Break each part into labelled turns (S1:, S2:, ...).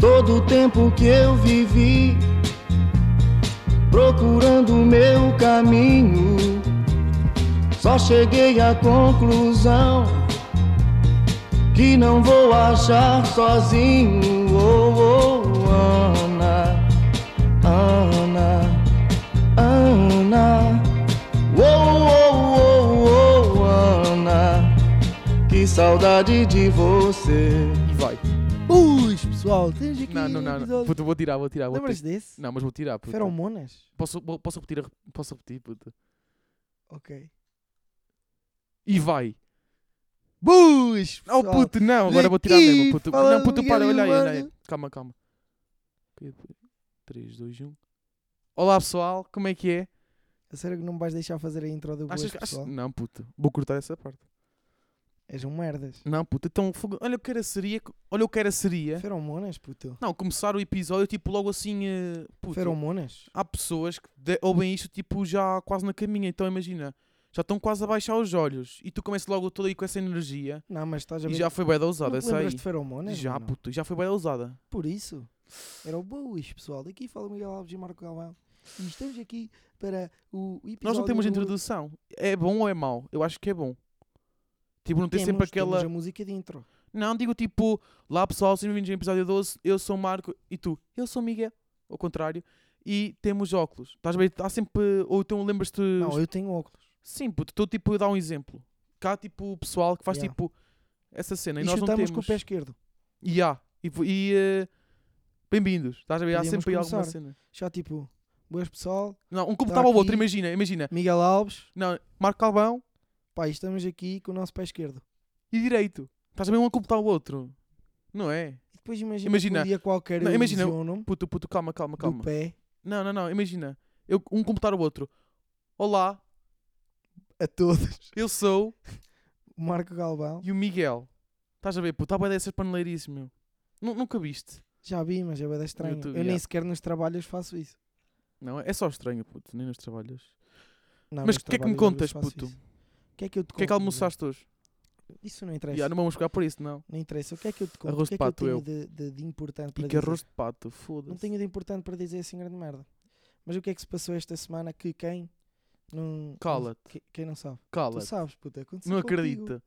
S1: todo o tempo que eu vivi procurando o meu caminho. Só cheguei à conclusão que não vou achar sozinho. Oh, oh, Ana, Ana, Ana. Oh, oh, oh, oh, Ana, que saudade de você.
S2: E vai.
S3: Ui, pessoal, temos aqui.
S2: Não, não,
S3: um
S2: não. não.
S3: episódio.
S2: Puta, vou tirar, vou tirar. Vou
S3: Lembras desse?
S2: ter- Não, mas vou tirar. puta.
S3: Feromonas?
S2: Posso, bo- posso repetir? a- Posso repetir, puta.
S3: Ok.
S2: E vai.
S3: Bus!
S2: Oh,
S3: pessoal.
S2: puto, não, agora vou tirar
S3: daqui,
S2: mesmo. Puto.
S3: fala
S2: Não, puto,
S3: do
S2: para, olha aí,
S3: Guilherme
S2: olha aí. Calma, calma. 3, 2, 1. Olá, pessoal, como é que é?
S3: A sério que não me vais deixar fazer a intro do Bus,
S2: Achas que. achas-
S3: pessoal?
S2: Não, puto, vou cortar essa parte.
S3: És um merdas.
S2: Não, puto, então, fogo- olha o que era seria. que- Olha o que era seria.
S3: Feromonas, puto.
S2: Não, começar o episódio tipo logo assim. eh, puto,
S3: Feromonas?
S2: há pessoas que de- ouvem isto tipo já quase na caminha, então imagina. Já estão quase a baixar os olhos e tu começas logo todo aí com essa energia
S3: Não, mas estás a
S2: e
S3: ver.
S2: já foi bem
S3: não
S2: usada
S3: te
S2: essa
S3: lembras
S2: aí.
S3: de feromonas?
S2: Já,
S3: mano?
S2: puto, já foi bem usada.
S3: Por isso, era o Boas, pessoal. Daqui fala Miguel Alves e Marco Galvão. E estamos aqui para o episódio...
S2: Nós não temos
S3: número-
S2: introdução. É bom ou é mau? Eu acho que é bom. Tipo, não tem sempre
S3: Temos-
S2: aquela.
S3: Temos um a música de intro.
S2: Não, digo tipo, lá pessoal, sejam bem-vindos ao episódio 12. Eu sou o Marco e tu, eu sou o Miguel. Ao contrário. E temos óculos. Estás bem? Há sempre. Ou então lembras-te.
S3: Não, eu tenho óculos.
S2: Sim, puto, estou tipo a dar um exemplo. Cá, tipo, o pessoal que faz
S3: Yeah.
S2: tipo essa cena e,
S3: E
S2: nós não
S3: chutamos
S2: temos.
S3: com o pé esquerdo.
S2: E há. E, vo- e, eh, bem-vindos. Estás a ver? Há
S3: Podíamos
S2: sempre aí alguma
S3: começar.
S2: cena.
S3: Já tipo, Boas, pessoal.
S2: Não, um computava o
S3: aqui.
S2: outro, imagina, imagina.
S3: Miguel Alves.
S2: Não, Marco Calvão
S3: Pá, estamos aqui com o nosso pé esquerdo.
S2: e direito. Estás a ver um a completar o outro. Não é?
S3: E depois imagina,
S2: Imagina-
S3: que um dia qualquer
S2: Não,
S3: eu
S2: imagina-
S3: lesiono-me
S2: Puto, puto, calma, calma,
S3: do
S2: calma.
S3: pé
S2: Não, não, não, imagina. Eu, um completar o outro. Olá,
S3: a todos.
S2: eu sou
S3: O Marco Galvão.
S2: e o Miguel. Estás a ver, puto, há bem dessas paneleirices, meu. Nu- Nunca viste.
S3: Já vi, mas é bem estranho.
S2: YouTube,
S3: eu nem
S2: yeah.
S3: sequer nos trabalhos faço isso.
S2: Não, é só estranho, puto, nem nos trabalhos.
S3: Não,
S2: Mas
S3: nos
S2: o que é que me
S3: trabalhos às vezes
S2: contas,
S3: faço
S2: puto?
S3: isso. O que é que eu te conto?
S2: O que é que
S3: Miguel?
S2: almoçaste hoje?
S3: Isso não interessa.
S2: Já, não vamos jogar por isso, não.
S3: Não interessa. O que é que eu te conto?
S2: Arroz
S3: o que é
S2: de pato,
S3: que eu
S2: eu.
S3: tenho de, de- de importante para
S2: E que
S3: dizer?
S2: arroz de pato,
S3: Não
S2: foda-se.
S3: tenho de importante para dizer assim grande merda. Mas o que é que se passou esta semana que quem não...
S2: Cala-te.
S3: que- Quem não sabe? Tu
S2: Cala-te.
S3: sabes, puta. Aconteceu
S2: Não
S3: contigo.
S2: acredito.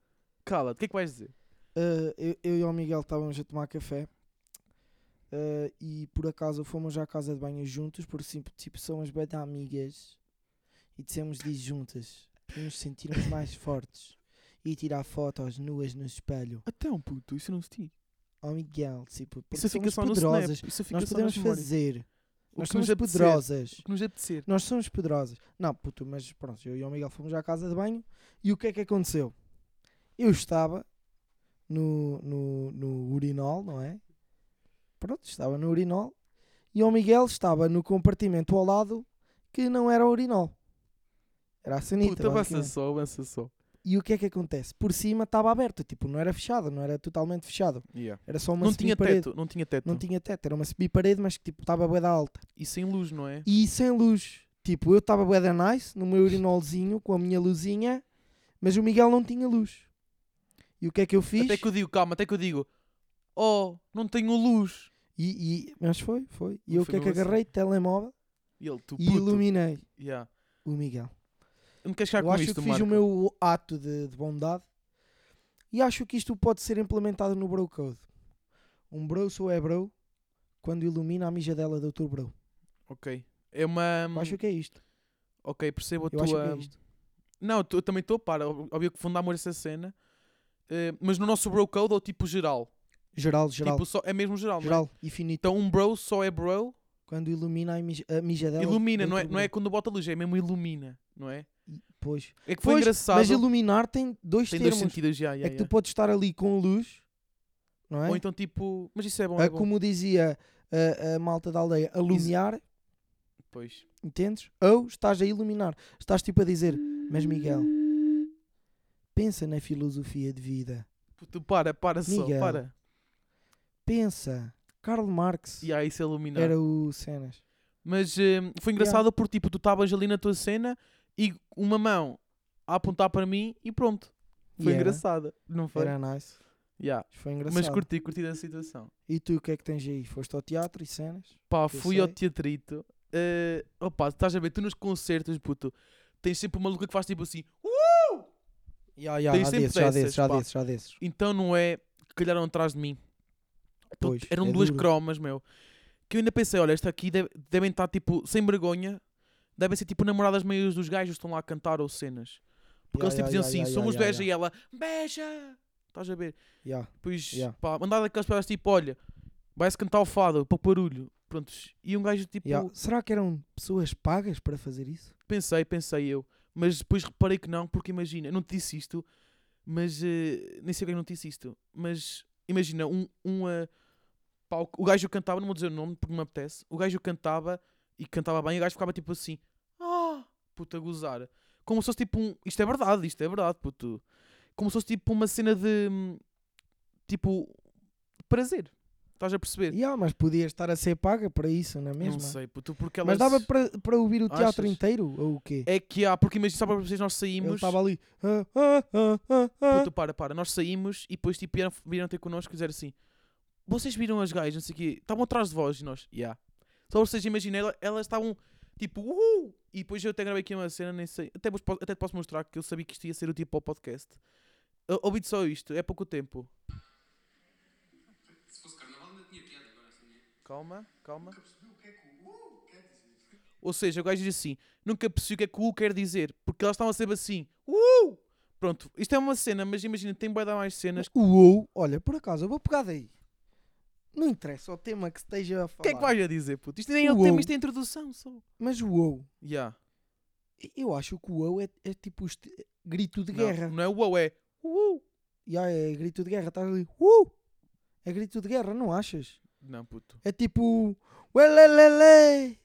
S2: Cala-te. O que é que vais dizer?
S3: Ah, eu, eu e o Miguel estávamos a tomar café ah, e por acaso fomos à casa de banho juntos porque sim- tipo somos bem de amigas e dissemos disso juntas para nos sentirmos mais fortes e tirar fotos nuas no espelho.
S2: Então, puto, isso eu não se tinha.
S3: Ó Miguel, tipo, porque
S2: Isso fica
S3: somos
S2: só no
S3: poderosas.
S2: Snap. Isso fica
S3: Nós
S2: só
S3: podemos
S2: nas memórias.
S3: fazer.
S2: O
S3: Nós
S2: que nos
S3: somos
S2: apetecer.
S3: poderosas.
S2: O que nos apetecer.
S3: Nós somos poderosas. Não, puto, mas pronto, eu e o Miguel fomos à casa de banho e o que é que aconteceu? Eu estava no, no, no urinol, não é? Pronto, estava no urinol e o Miguel estava no compartimento ao lado que não era o urinol. Era a sanita.
S2: Puta, avança
S3: basicamente.
S2: só, avança só.
S3: E o que é que acontece? Por cima estava aberto, tipo, não era fechado, não era totalmente fechado. Era só uma
S2: Não tinha
S3: semiparede.
S2: teto, não tinha teto.
S3: Não tinha teto, era uma semiparede, mas que tipo, estava bué da alta
S2: E sem luz, não é?
S3: e sem luz. Tipo, eu estava bué da nice no meu urinolzinho com a minha luzinha, mas o Miguel não tinha luz. E o que é que eu fiz?
S2: Até que eu digo, calma, até que eu digo, oh, não tenho luz.
S3: E, e- Mas foi, foi. E eu o
S2: Foi
S3: que é que
S2: mesmo assim.
S3: agarrei? Telemóvel
S2: E ele, tu,
S3: e
S2: puto.
S3: iluminei
S2: Yeah.
S3: o Miguel.
S2: Não queres chegar
S3: eu
S2: com
S3: acho
S2: isto,
S3: que fiz
S2: Marco?
S3: o meu ato de, de bondade e acho que isto pode ser implementado no Bro Code. Um bro só é bro quando ilumina a mijadela do outro bro.
S2: Ok. É uma...
S3: Eu acho que é isto.
S2: Ok, percebo a
S3: Eu
S2: tua...
S3: acho que é isto.
S2: Não, eu tô- eu também estou a par. Ó- Óbvio que fundamos essa cena. Eh, mas no nosso bro code ou tipo geral?
S3: Geral, geral.
S2: Tipo, só, é mesmo geral, não é?
S3: geral e finito.
S2: Então um bro só é bro,
S3: Quando ilumina a, mij a mijadela.
S2: ilumina,
S3: do
S2: não é,
S3: outro
S2: não é
S3: bro.
S2: quando bota luz, é mesmo ilumina, não é?
S3: E- Pois.
S2: É que foi
S3: Pois,
S2: engraçado.
S3: Mas iluminar tem dois
S2: tem dois
S3: termos.
S2: sentidos, já, já,
S3: é que
S2: já.
S3: tu podes estar ali com luz, não é?
S2: Ou então tipo. Mas isso é bom,
S3: Ah,
S2: é bom.
S3: como dizia ah, a, a malta da aldeia, alumiar,
S2: Pois.
S3: entendes? Ou estás a iluminar. Estás tipo a dizer, mas Miguel, pensa na filosofia de vida.
S2: Puto, para, para só,
S3: Miguel.
S2: para.
S3: Pensa. Karl Marx
S2: E aí isso é iluminar.
S3: era o Cenas.
S2: Mas eh, foi engraçado porque tipo, tu estavas ali na tua cena e uma mão a apontar para mim e pronto. Foi
S3: E era-
S2: engraçada, não foi?
S3: Era nice.
S2: Yeah.
S3: Isto Foi engraçado.
S2: Mas curti, curti da situação.
S3: E tu, o que é que tens aí? Foste ao teatro e cenas?
S2: Pá,
S3: Que eu
S2: fui ao
S3: sei.
S2: teatrito. eh, opa, estás a ver? Tu nos concertos, puto, tens sempre uma maluca que faz tipo assim. "Uh!"
S3: Ya, ya,
S2: Tens
S3: já
S2: sempre
S3: desses, já
S2: dessas,
S3: desses, já
S2: pá.
S3: desses, já desses.
S2: Então não é. Calharam atrás de mim. Então,
S3: Pois,
S2: eram
S3: é
S2: duas
S3: duro.
S2: cromas, meu. Que eu ainda pensei, olha, esta aqui deve- devem estar tipo sem vergonha. Devem ser tipo namoradas meias dos gajos que estão lá a cantar ou cenas. Porque
S3: Ya,
S2: eles tipo
S3: ya,
S2: diziam
S3: ya,
S2: assim:
S3: ya, ya,
S2: somos
S3: ya,
S2: beija
S3: ya.
S2: e ela beija. Estás a ver?
S3: Ya.
S2: Depois,
S3: Ya.
S2: pá, mandava aquelas palavras tipo: olha, vai-se cantar o fado, para o barulho. Prontos. E um gajo tipo.
S3: Ya. Será que eram pessoas pagas para fazer isso?
S2: Pensei, pensei eu. Mas depois reparei que não, porque imagina, eu não te disse isto, mas eh, nem sei quem não te disse isto, mas imagina, um, um eh, pá, o- o gajo cantava, não vou dizer o nome porque não me apetece, o gajo cantava e cantava bem, e o gajo ficava tipo assim, ah, puta, a gozar. Como se fosse tipo um. Isto é verdade, isto é verdade, puto. Como se fosse tipo uma cena de. hum, Tipo. Prazer. Estás a perceber?
S3: Ya, mas podia estar a ser paga para isso, não é mesmo?
S2: Não sei, puto, porque elas.
S3: Mas dava para, para ouvir o teatro
S2: Achas?
S3: inteiro ou o quê?
S2: É que há, porque imagina, só para vocês, nós
S3: Ele
S2: saímos.
S3: estava ali. ah, ah, ah, ah, ah.
S2: Puto, para, para. Nós saímos e depois tipo, vieram, vieram ter connosco e disseram assim: Vocês viram as gajas, não sei o quê, estavam atrás de vós e nós, yeah. Só vocês imaginem, ela- elas estavam tipo, uhul! E depois eu até gravei aqui uma cena, nem sei. Até, vos po- até te posso mostrar que eu sabia que isto ia ser o tipo ao podcast. Eu- Ouvi só isto, é pouco tempo. Calma, calma. Ou seja, o gajo diz assim: nunca percebi o que é que o U quer dizer, porque elas estavam sempre assim, uh! Pronto, isto é uma cena, mas imagina, tem bué de mais cenas.
S3: Uou, olha, por acaso, eu vou pegar daí. Não interessa o tema que esteja a falar.
S2: O que é que vais a dizer, puto? Isto nem é o
S3: Uou.
S2: tema, isto é a introdução só.
S3: Mas uou,
S2: Yeah.
S3: eu acho que uou é, é tipo este- grito de
S2: Não,
S3: guerra.
S2: Não, é uou, é uh!
S3: Ya, é grito de guerra, estás ali. Uou! É grito de guerra, não achas?
S2: Não, puto.
S3: É tipo. Uelelele!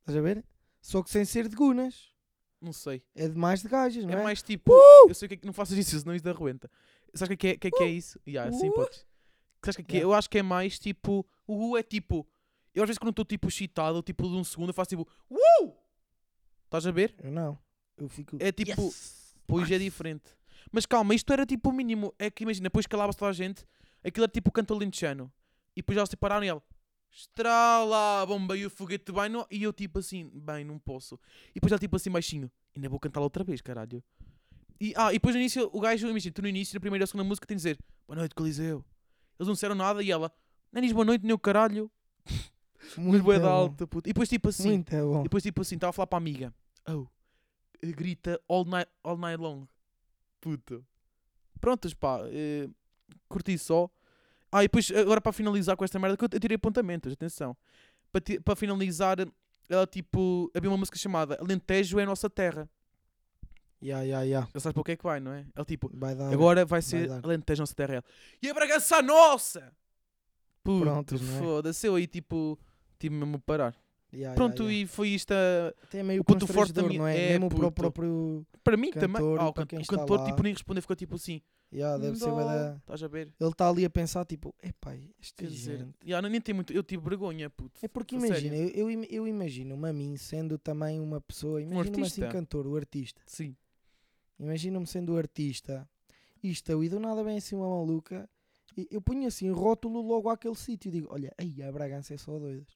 S3: Estás a ver? Só que sem ser de gunas.
S2: Não sei.
S3: É de mais de gajas, não é?
S2: é mais tipo,
S3: Uh!
S2: eu sei o que é que não faças isso, senão isto arrebenta. Sabes o que é que é, que é, que é isso? Yeah, sim,
S3: Uh!
S2: podes. Sabes o que é que é?
S3: Yeah.
S2: Eu acho que é mais tipo, o U é tipo, eu às vezes quando estou tipo excitado, ou tipo de um segundo, eu faço tipo, uh! Estás a ver?
S3: Eu não. Eu fico.
S2: É tipo-
S3: Yes!
S2: Pois é
S3: Nice.
S2: diferente. Mas calma, isto era tipo o mínimo. É que imagina, depois calava-se toda a gente, aquilo era tipo o canto lindchano. E depois elas se pararam e ele estrala a bomba e o foguete vai no... E eu tipo assim, bem, não posso. E depois ele tipo assim baixinho, ainda vou cantá-la outra vez, caralho. E, ah, e depois no início, o gajo, imagina, tu no início, na primeira ou segunda música, tem de dizer Boa noite, Coliseu. Eles não disseram nada e ela, nem diz boa noite, nem o caralho. Mas
S3: Muito
S2: boa da
S3: bom.
S2: alta, puto. E depois tipo assim,
S3: Muito é bom.
S2: e depois tipo assim, estava a falar para a amiga. Oh, grita all night, all night long. Puto. Prontos, pá. eh, curti só. Ah, e depois, agora para finalizar com esta merda, que eu, eu tirei apontamentos, atenção. Para, ti- para finalizar, ela tipo, havia uma música chamada Alentejo é a nossa terra.
S3: Ya, ya, ya.
S2: Já sabes para o que é que vai, não é? Ela tipo,
S3: Vai dar.
S2: agora vai ser
S3: dar.
S2: Alentejo é nossa terra. Ela, e a Bragança nossa! Puto,
S3: Prontos, não é?
S2: foda-se. Eu aí tipo, tive mesmo a parar.
S3: Ya, ya,
S2: Pronto,
S3: ya.
S2: e foi isto a,
S3: Até é meio
S2: o ponto forte da
S3: constrangedor,
S2: minha-
S3: não é?
S2: é,
S3: Mesmo para o
S2: puto.
S3: próprio.
S2: Para mim
S3: cantor
S2: também.
S3: e
S2: Ah, o,
S3: para
S2: can-
S3: quem
S2: o
S3: está
S2: cantor
S3: lá.
S2: tipo, nem respondeu, ficou tipo assim.
S3: Ya, deve ser.
S2: "Não,
S3: bué da-
S2: Estás a ver?
S3: Ele está ali a pensar, tipo, epá, este
S2: Quer dizer,
S3: gente.
S2: yeah, não, nem tem muito. Eu tive vergonha, puto.
S3: É porque
S2: a sério.
S3: imagina, eu, eu im- eu imagino-me a mim sendo também uma pessoa, imagino-me assim
S2: Um artista.
S3: cantor, o artista.
S2: Sim.
S3: Imagino-me sendo o artista, isto, e do nada vem assim uma maluca, e eu ponho assim, rótulo logo àquele sítio e digo, olha, aí a Bragança é só doidas.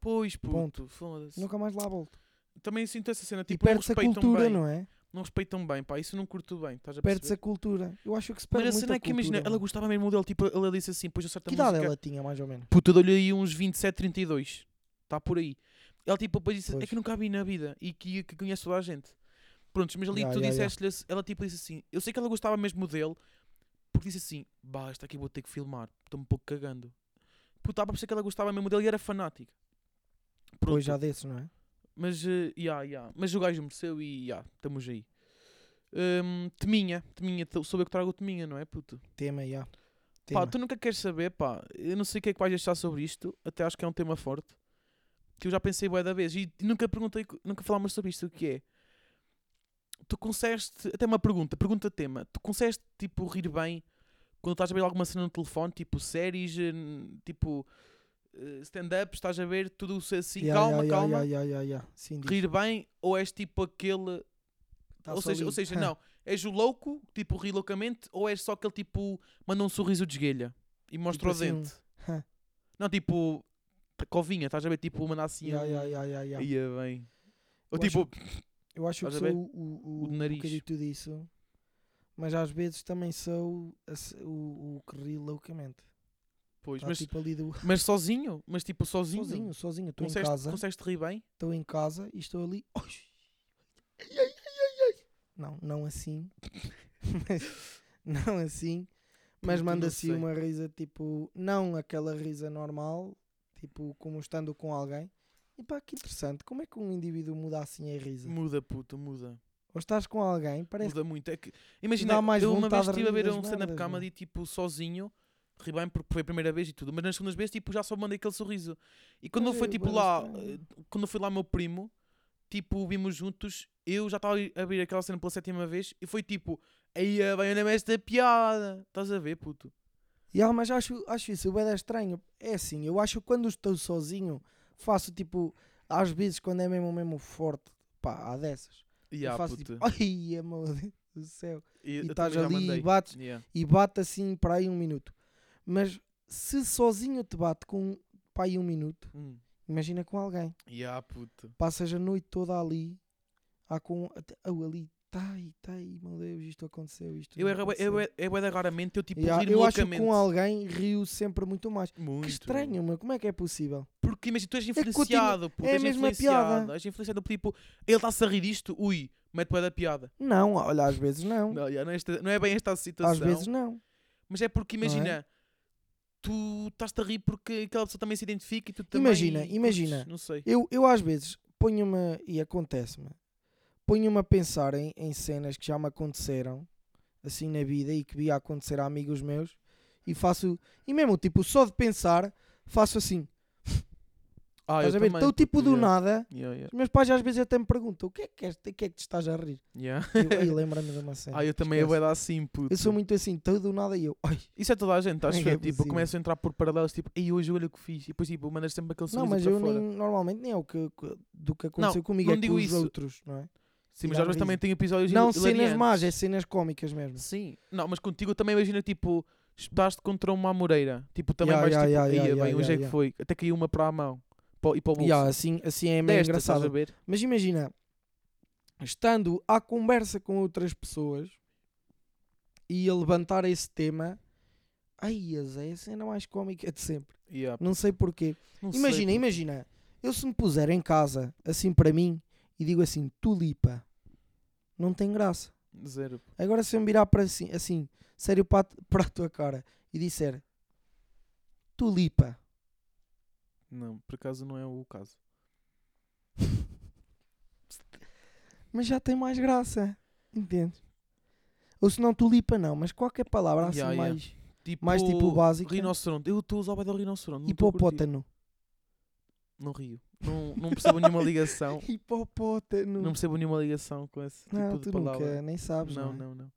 S2: Pois,
S3: Ponto.
S2: puto. Foda-se.
S3: Nunca mais lá volto.
S2: Também sinto essa cena.
S3: E
S2: Tipo, não
S3: perde-se a
S2: respeitam
S3: cultura,
S2: bem.
S3: não é?
S2: Não respeitam bem, pá. Isso eu não curto bem. Estás a
S3: Perde-se
S2: perceber?
S3: a cultura. Eu acho que se perde
S2: Mas a
S3: muito
S2: cena
S3: a
S2: é que imagina,
S3: cultura,
S2: ela
S3: mano.
S2: gostava mesmo dele. Tipo, ela disse assim, depois de certa
S3: Que idade
S2: música.
S3: ela tinha, mais ou menos?
S2: Puta, eu dou-lhe aí uns 27, 32. Está Tá por aí. Ela tipo, depois disse, é
S3: Pois.
S2: que nunca a vi na vida e que, que conhece toda a gente. Prontos, mas ali
S3: Ya,
S2: tu
S3: ya, ya.
S2: disseste-lhe, ela tipo disse assim, eu sei que ela gostava mesmo dele, porque disse assim, basta aqui vou ter que filmar, estou-me um pouco cagando. Puta, dá para perceber que ela gostava mesmo dele e era fanática. Pronto,
S3: Pois já desses, não é?
S2: mas, eh, ya, ya. mas o gajo mereceu e ya, estamos aí. Hum, teminha, teminha, t- soube que trago teminha, não é puto?
S3: Tema, já.
S2: Pá,
S3: Tema.
S2: tu nunca queres saber, pá. Eu não sei o que é que vais achar sobre isto. Até acho que é um tema forte. Que eu já pensei bué da vez. E nunca perguntei, nunca falámos sobre isto. O que é? Tu consegues, até uma pergunta, pergunta tema. Tu consegues, tipo, rir bem quando estás a ver alguma cena no telefone, tipo séries, eh, n- tipo eh, stand-up, estás a ver tudo isso assim,
S3: Ya,
S2: calma,
S3: ya, ya,
S2: calma.
S3: ya, ya, ya, ya. Sim, diz.
S2: Rir bem ou és tipo aquele.
S3: Tá
S2: ou,
S3: só
S2: seja, ou
S3: ali.
S2: seja, não. És o louco, tipo, ri loucamente, ou és só aquele tipo, manda um sorriso de esguelha e mostra
S3: Tipo assim,
S2: o
S3: um-
S2: dente? Não, tipo, t- covinha, estás a ver? Tipo, manda assim.
S3: Ya,
S2: um-
S3: ya, ya, ya, ya.
S2: Ia bem. Ou
S3: Eu acho
S2: tipo,
S3: Eu acho que
S2: Estás a
S3: sou
S2: ver?
S3: o, o,
S2: O
S3: o,
S2: de
S3: um
S2: nariz.
S3: bocadito disso, mas às vezes também sou a se- o, o que ri loucamente.
S2: pois,
S3: Tá
S2: mas,
S3: tipo ali do.
S2: mas sozinho? Mas tipo, sozinho?
S3: Sozinho, sozinho. Estou em
S2: Consegues,
S3: casa,
S2: consegues te rir bem?
S3: estou em casa e estou ali. Ai, ai, ai, ai, ai. Não, não assim. Mas- não assim. Mas
S2: Puto,
S3: manda
S2: não
S3: assim
S2: sei.
S3: uma risa tipo. Não aquela risa normal, tipo como estando com alguém. E pá, que interessante. Como é que um indivíduo muda assim a risa?
S2: Muda, puto, muda.
S3: Ou estás com alguém, parece
S2: Hum. Muda muito. É que, imagina,
S3: dá mais
S2: eu uma vez
S3: vontade de é?
S2: estive a
S3: rir
S2: ver
S3: das
S2: um stand-up
S3: merdas,
S2: comedy, tipo, sozinho, ri bem porque foi a primeira vez e tudo, mas nas segundas vezes, tipo, já só mandei aquele sorriso. E quando
S3: Mas
S2: foi,
S3: é
S2: tipo,
S3: bué
S2: lá,
S3: estranho.
S2: eh, quando foi lá meu primo, tipo, vimos juntos, eu já estava a abrir aquela cena pela sétima vez e foi tipo, aí vai na esta piada. Estás a ver, puto?
S3: Ya, ah, mas acho, acho isso, o é estranho. É assim, eu acho que quando estou sozinho, faço tipo, às vezes quando é mesmo, mesmo forte, pá, há dessas.
S2: E
S3: Eu
S2: ah,
S3: faço
S2: puto.
S3: tipo, ai, amor do céu.
S2: E
S3: E
S2: eu também
S3: estás
S2: já
S3: ali e
S2: mandei.
S3: bates,
S2: Yeah.
S3: e bate assim para aí um minuto. Mas se sozinho te bate com para aí um minuto,
S2: Hum.
S3: imagina com alguém.
S2: E ah, puto.
S3: Passas a noite toda ali, há com, até- oh, ali, tá aí, tá aí, meu Deus, isto aconteceu, isto
S2: Eu
S3: não
S2: é, bué- eu
S3: aconteceu.
S2: é, é bué da raramente, eu tipo,
S3: Ya,
S2: rir
S3: eu acho que
S2: loucamente.
S3: com alguém rio sempre muito mais.
S2: Muito.
S3: Que estranho, meu, como é que é possível?
S2: Porque imagina, tu és
S3: que continua-
S2: influenciado, puto,
S3: é a
S2: és
S3: mesma
S2: influenciado,
S3: piada.
S2: és influenciado, tipo, ele está-se a rir disto, ui, mete bué da piada.
S3: Não, olha, às vezes não.
S2: Não, já, não, é esta- não é bem esta a situação,
S3: às vezes não.
S2: mas é porque
S3: Não é?
S2: imagina, tu estás-te a rir porque aquela pessoa também se identifica e tu também...
S3: Imagina,
S2: curtes,
S3: imagina.
S2: Não sei.
S3: Eu, eu às vezes ponho-me, e acontece-me, ponho-me a pensar em, em cenas que já me aconteceram, assim na vida, e que vi a acontecer a amigos meus, e faço, e mesmo, tipo, só de pensar, faço assim.
S2: Ah,
S3: estás a ver? Estou tipo do nada.
S2: Yeah, yeah,
S3: Os meus pais às vezes até me perguntam, o que é que, és, o que é que te estás a rir?
S2: yeah.
S3: Eu, aí lembra-me de uma cena.
S2: Ah, eu também eu
S3: É, esquece.
S2: vou dar assim, puto.
S3: Eu sou muito assim, estou do nada e eu, ai,
S2: Isso é toda a gente, estás a
S3: É que é
S2: ver? Tipo, eu
S3: possível.
S2: começo a entrar por paralelos, tipo, ei, hoje olha o que fiz. E depois, tipo, mandas sempre aquele
S3: Não,
S2: sorriso
S3: mas
S2: para
S3: eu
S2: fora.
S3: nem, normalmente nem é o que, que- do que aconteceu comigo,
S2: não
S3: é
S2: digo
S3: com os
S2: isso.
S3: outros, não é?
S2: Sim, mas
S3: dá
S2: às vezes
S3: risa.
S2: também tem episódios
S3: Não cenas
S2: hilariantes.
S3: más, é cenas cómicas mesmo.
S2: Sim. Não, mas contigo também imagina, tipo, espetaste contra uma amoreira. Tipo, também
S3: Ya,
S2: vais
S3: ya,
S2: tipo,
S3: ya,
S2: ia
S3: ya,
S2: bem,
S3: ya,
S2: hoje
S3: ya,
S2: é que
S3: ya.
S2: foi. Até caiu uma para a mão para o- e para o bolso.
S3: Ya, assim, assim é meio
S2: Desta, estás a
S3: engraçado.
S2: ver?
S3: Mas imagina, estando à conversa com outras pessoas e a levantar esse tema, ai, essa é a cena mais cómica de sempre.
S2: Ya,
S3: Não sei porquê.
S2: não sei, tipo,
S3: imagina,
S2: puto.
S3: imagina, eu se me puser em casa, assim para mim, e digo assim, tulipa, não tem graça.
S2: Zero.
S3: Agora se eu me virar para assim, assim sério para, a- para a tua cara e disser tulipa,
S2: Não, por acaso não é o caso.
S3: mas já tem mais graça, entendes? Ou se não tulipa não, mas qualquer palavra assim
S2: Ya, ya.
S3: mais
S2: Tipo,
S3: mais tipo básica.
S2: Rinoceronte. Eu estou a usar o do rinoceronte. não estou a curtir.
S3: hipopótano.
S2: Não rio. Não, não percebo nenhuma ligação.
S3: Hipopótano.
S2: Não percebo nenhuma ligação com esse tipo
S3: Não,
S2: de
S3: tu
S2: palavra.
S3: nunca nem sabes,
S2: Não,
S3: é?
S2: não, não.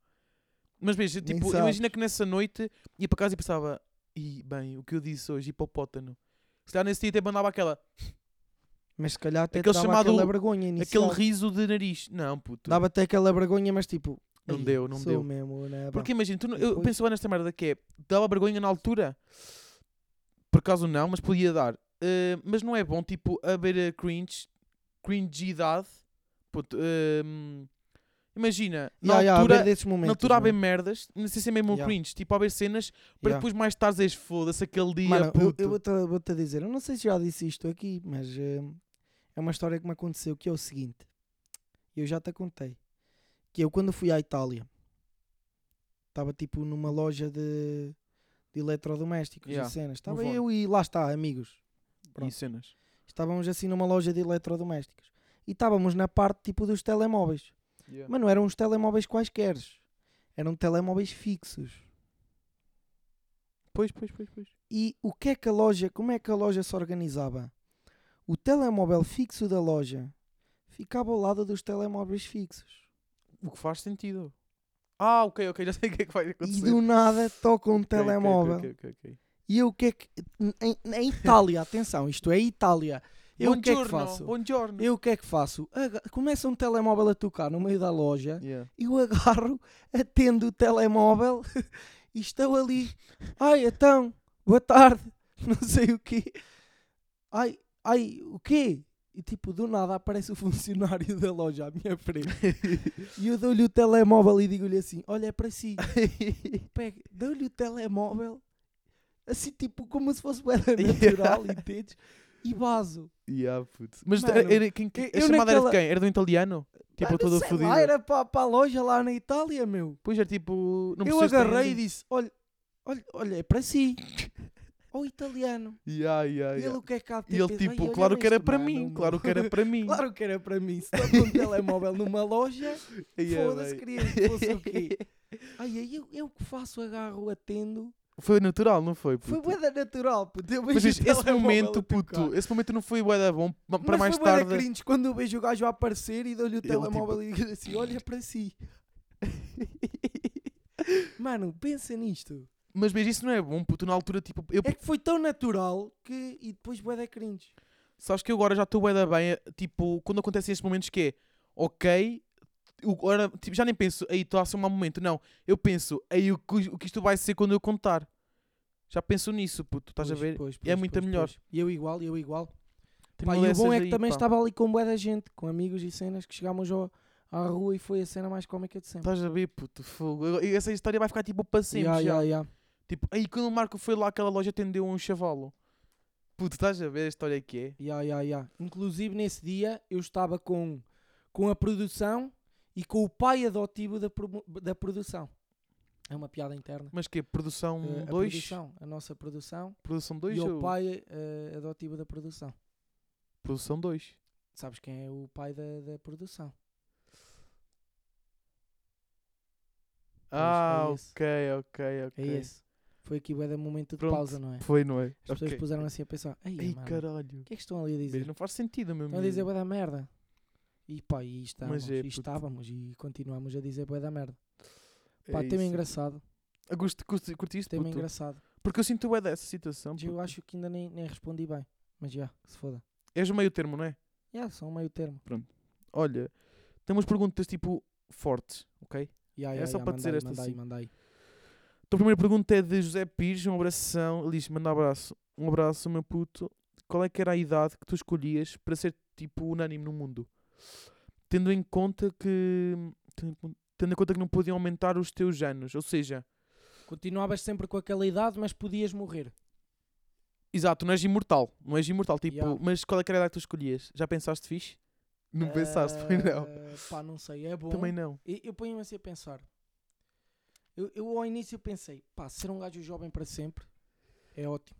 S2: Mas veja,
S3: Nem
S2: tipo,
S3: sabes.
S2: imagina que nessa noite ia para casa e pensava, e bem, o que eu disse hoje, hipopótano. Se calhar nesse dia até mandava aquela,
S3: Mas se calhar até
S2: Aquele
S3: dava
S2: chamado-
S3: aquela vergonha inicial.
S2: aquele riso de nariz. Não, puto.
S3: Dava-te aquela vergonha, mas tipo,
S2: Não
S3: "Ei,
S2: deu, não
S3: sou
S2: deu."
S3: mesmo, né?
S2: Porque imagina, tu, não- eu
S3: Depois-
S2: penso bem nesta merda que é, dava vergonha na altura? Por acaso não, mas podia dar. Eh, mas não é bom, tipo, haver a cringe, cringidade. Puto, ehm, imagina, na
S3: Ya, ya,
S2: altura,
S3: a ver desses
S2: na
S3: momentos,
S2: altura há
S3: não é?
S2: bem merdas, não sei se é mesmo um
S3: Ya.
S2: cringe, tipo, há bem cenas para
S3: Ya.
S2: depois mais tarde és foda-se aquele dia.
S3: Mano, eu-
S2: é puto.
S3: eu vou-te vou -te dizer, eu não sei se já disse isto aqui, mas eh, é uma história que me aconteceu que é o seguinte. Eu já te contei. Que eu quando fui à Itália, estava tipo numa loja de, de eletrodomésticos
S2: Yeah,
S3: e cenas. Estava
S2: move on.
S3: eu e lá está, amigos.
S2: E
S3: Pronto.
S2: cenas.
S3: Estávamos assim numa loja de eletrodomésticos. E estávamos na parte tipo dos telemóveis. Mas não eram uns telemóveis quaisquer. Eram telemóveis fixos.
S2: Pois, pois, pois, pois.
S3: E o que é que a loja, como é que a loja se organizava? O telemóvel fixo da loja ficava ao lado dos telemóveis fixos.
S2: O que faz sentido. Ah, ok, ok, já sei o que é que vai
S3: E
S2: acontecer.
S3: do nada toca um
S2: Ok, ok,
S3: telemóvel.
S2: ok, ok, ok.
S3: E eu o que é que. Em, em Itália, atenção, isto é Itália. Eu o que é que
S2: Buongiorno,
S3: faço?
S2: Buongiorno.
S3: Eu o que é que faço? Aga- Começa um telemóvel a tocar no meio da loja,
S2: Yeah.
S3: eu agarro, atendo o telemóvel e estou ali. Ai, então, boa tarde, não sei o quê. Ai, ai, o quê? E tipo, do nada aparece o funcionário da loja à minha frente. e eu dou-lhe o telemóvel e digo-lhe assim: Olha, é para si. Pega, dou-lhe o telemóvel, assim, tipo, como se fosse bué da natural, entendes? E vazo.
S2: Yeah, puto. Mas
S3: Mano,
S2: era- era quem-
S3: eu-
S2: a
S3: eu
S2: chamada era de
S3: naquela-
S2: quem? Era de um italiano? Tipo,
S3: Mano,
S2: todo
S3: sei
S2: fodido.
S3: lá, era para, a loja lá na Itália, meu.
S2: Pois era tipo. Não
S3: eu
S2: percebeste nem
S3: agarrei e
S2: ali.
S3: disse: olha, olha, olha, é para si. Ao italiano.
S2: Yeah, yeah,
S3: E
S2: Ah,
S3: ele
S2: yeah.
S3: o que é que há de
S2: E
S3: ter
S2: ele
S3: pensado?
S2: tipo,
S3: Ai,
S2: claro
S3: olha
S2: que era
S3: este
S2: para
S3: mano,
S2: mim,
S3: meu.
S2: claro que era para mim.
S3: Claro que era para mim. Se toca um telemóvel numa loja,
S2: Yeah,
S3: foda-se,
S2: bem.
S3: queria que fosse o quê? Ai, aí eu, eu que faço, agarro, atendo.
S2: Foi natural, não foi?
S3: Foi
S2: puto?
S3: boeda natural, puto. Eu
S2: Mas
S3: vejo o
S2: esse esse
S3: telemóvel a
S2: momento,
S3: é tocar.
S2: puto, esse momento não foi bué da bom ma- para
S3: Mas
S2: mais
S3: foi bué da
S2: tarde.
S3: cringe quando eu vejo o gajo a aparecer e dou-lhe o
S2: Ele, tipo,
S3: telemóvel e digo assim, olha para si. Mano, pensa nisto.
S2: Mas veja, isso não é bom, puto, na altura, tipo, eu
S3: É que foi tão natural que... E depois bué da cringe.
S2: Sabes que eu agora já estou bué da bem, eh, tipo, quando acontecem estes momentos que é, ok, eu agora, tipo, já nem penso, aí estou a ser um mau momento, não. Eu penso, aí o que, o que isto vai ser quando eu contar. Já penso nisso, puto, estás a
S3: Pois,
S2: ver?
S3: pois,
S2: E é
S3: pois,
S2: muito
S3: pois,
S2: melhor.
S3: pois. E eu igual, e eu igual.
S2: Tem
S3: Pá,
S2: uma
S3: e o
S2: dessas
S3: bom é que
S2: aí,
S3: também
S2: pá.
S3: estava ali com bué da gente, com amigos e cenas, que chegámos ao, à rua e foi a cena mais cómica de sempre.
S2: Estás a ver, puto, fogo. Eu- Essa história vai ficar tipo para sempre.
S3: Ya,
S2: já.
S3: ya, ya.
S2: Tipo, aí quando o Marco foi lá, aquela loja atendeu um chavalo. Puto, estás a ver a história que é?
S3: Ya, ya, ya. Inclusive nesse dia eu estava com, com a produção e com o pai adotivo da, promo- da produção. É uma piada interna.
S2: Mas que Produção
S3: Eh, a
S2: 2?
S3: produção, a nossa produção
S2: Produção 2
S3: e o
S2: Um, ou
S3: pai eh, adotivo da produção.
S2: Produção 2?
S3: Sabes quem é o pai da, da produção? é
S2: Ah,
S3: esse.
S2: ok, ok,
S3: É
S2: ok.
S3: esse. Foi aqui o momento de
S2: Pronto.
S3: pausa, não é?
S2: Foi, não é?
S3: As pessoas
S2: Ok.
S3: puseram assim a pensar, ei,
S2: Ei,
S3: mano,
S2: caralho.
S3: o que é que estão ali a dizer?
S2: Mas não faz sentido, meu
S3: Estão a
S2: amigo.
S3: dizer bué da merda. E pá, e estávamos,
S2: é,
S3: e
S2: puto.
S3: estávamos, e continuamos a dizer bué da merda.
S2: É
S3: Pá, tema
S2: isso.
S3: engraçado,
S2: Ah, gosto- curti- Curtiste,
S3: tema
S2: puto?
S3: engraçado.
S2: Porque eu sinto o é dessa situação.
S3: Eu
S2: puto.
S3: acho que ainda nem, nem respondi bem, mas já, que se foda.
S2: És o meio termo, não é?
S3: Já, só um meio termo.
S2: Olha, temos perguntas tipo fortes, ok?
S3: Ya,
S2: É
S3: ya,
S2: só
S3: ya,
S2: para
S3: manda
S2: dizer
S3: aí,
S2: esta
S3: manda aí,
S2: assim.
S3: manda aí.
S2: Então a primeira pergunta é de José Pires, um abração. Ele diz, manda um abraço. Um abraço, meu puto. Qual é que era a idade que tu escolhias para ser tipo unânime no mundo? Tendo em conta que... Tendo em con- tendo em conta que não podiam aumentar os teus anos. Ou seja,
S3: Continuavas sempre com aquela idade, mas podias morrer.
S2: exato, não és imortal. Não és imortal, tipo...
S3: Yeah.
S2: Mas qual é que era a idade que tu escolhias? Já pensaste fixe? Não pensaste, foi não.
S3: Eh, Pá, não sei, é bom.
S2: Também não.
S3: E- Eu ponho-me assim a pensar. Eu, eu ao início pensei, pá, ser um gajo jovem para sempre é ótimo.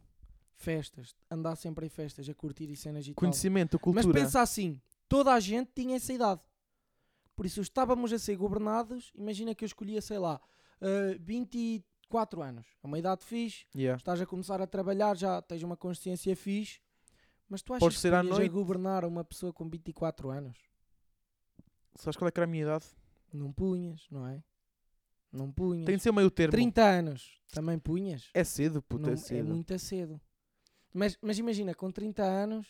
S3: Festas, andar sempre em festas, a curtir e cenas e tal.
S2: Conhecimento,
S3: Mas
S2: cultura.
S3: pensa assim, toda a gente tinha essa idade. Por isso estávamos a ser governados, imagina que eu escolhia, sei lá, eh, 24 anos. É uma idade fixe,
S2: Yeah.
S3: estás a começar a trabalhar, já tens uma consciência fixe. Mas tu achas
S2: Pode ser
S3: que
S2: à
S3: irias a
S2: noite.
S3: governar uma pessoa com 24 anos?
S2: Sabes qual é que era a minha idade?
S3: Não punhas, não é? Não punhas.
S2: Tem de ser meio termo.
S3: 30 anos também punhas?
S2: É cedo, puto,
S3: Não-
S2: é cedo.
S3: muito cedo. Mas, mas imagina, com 30 anos.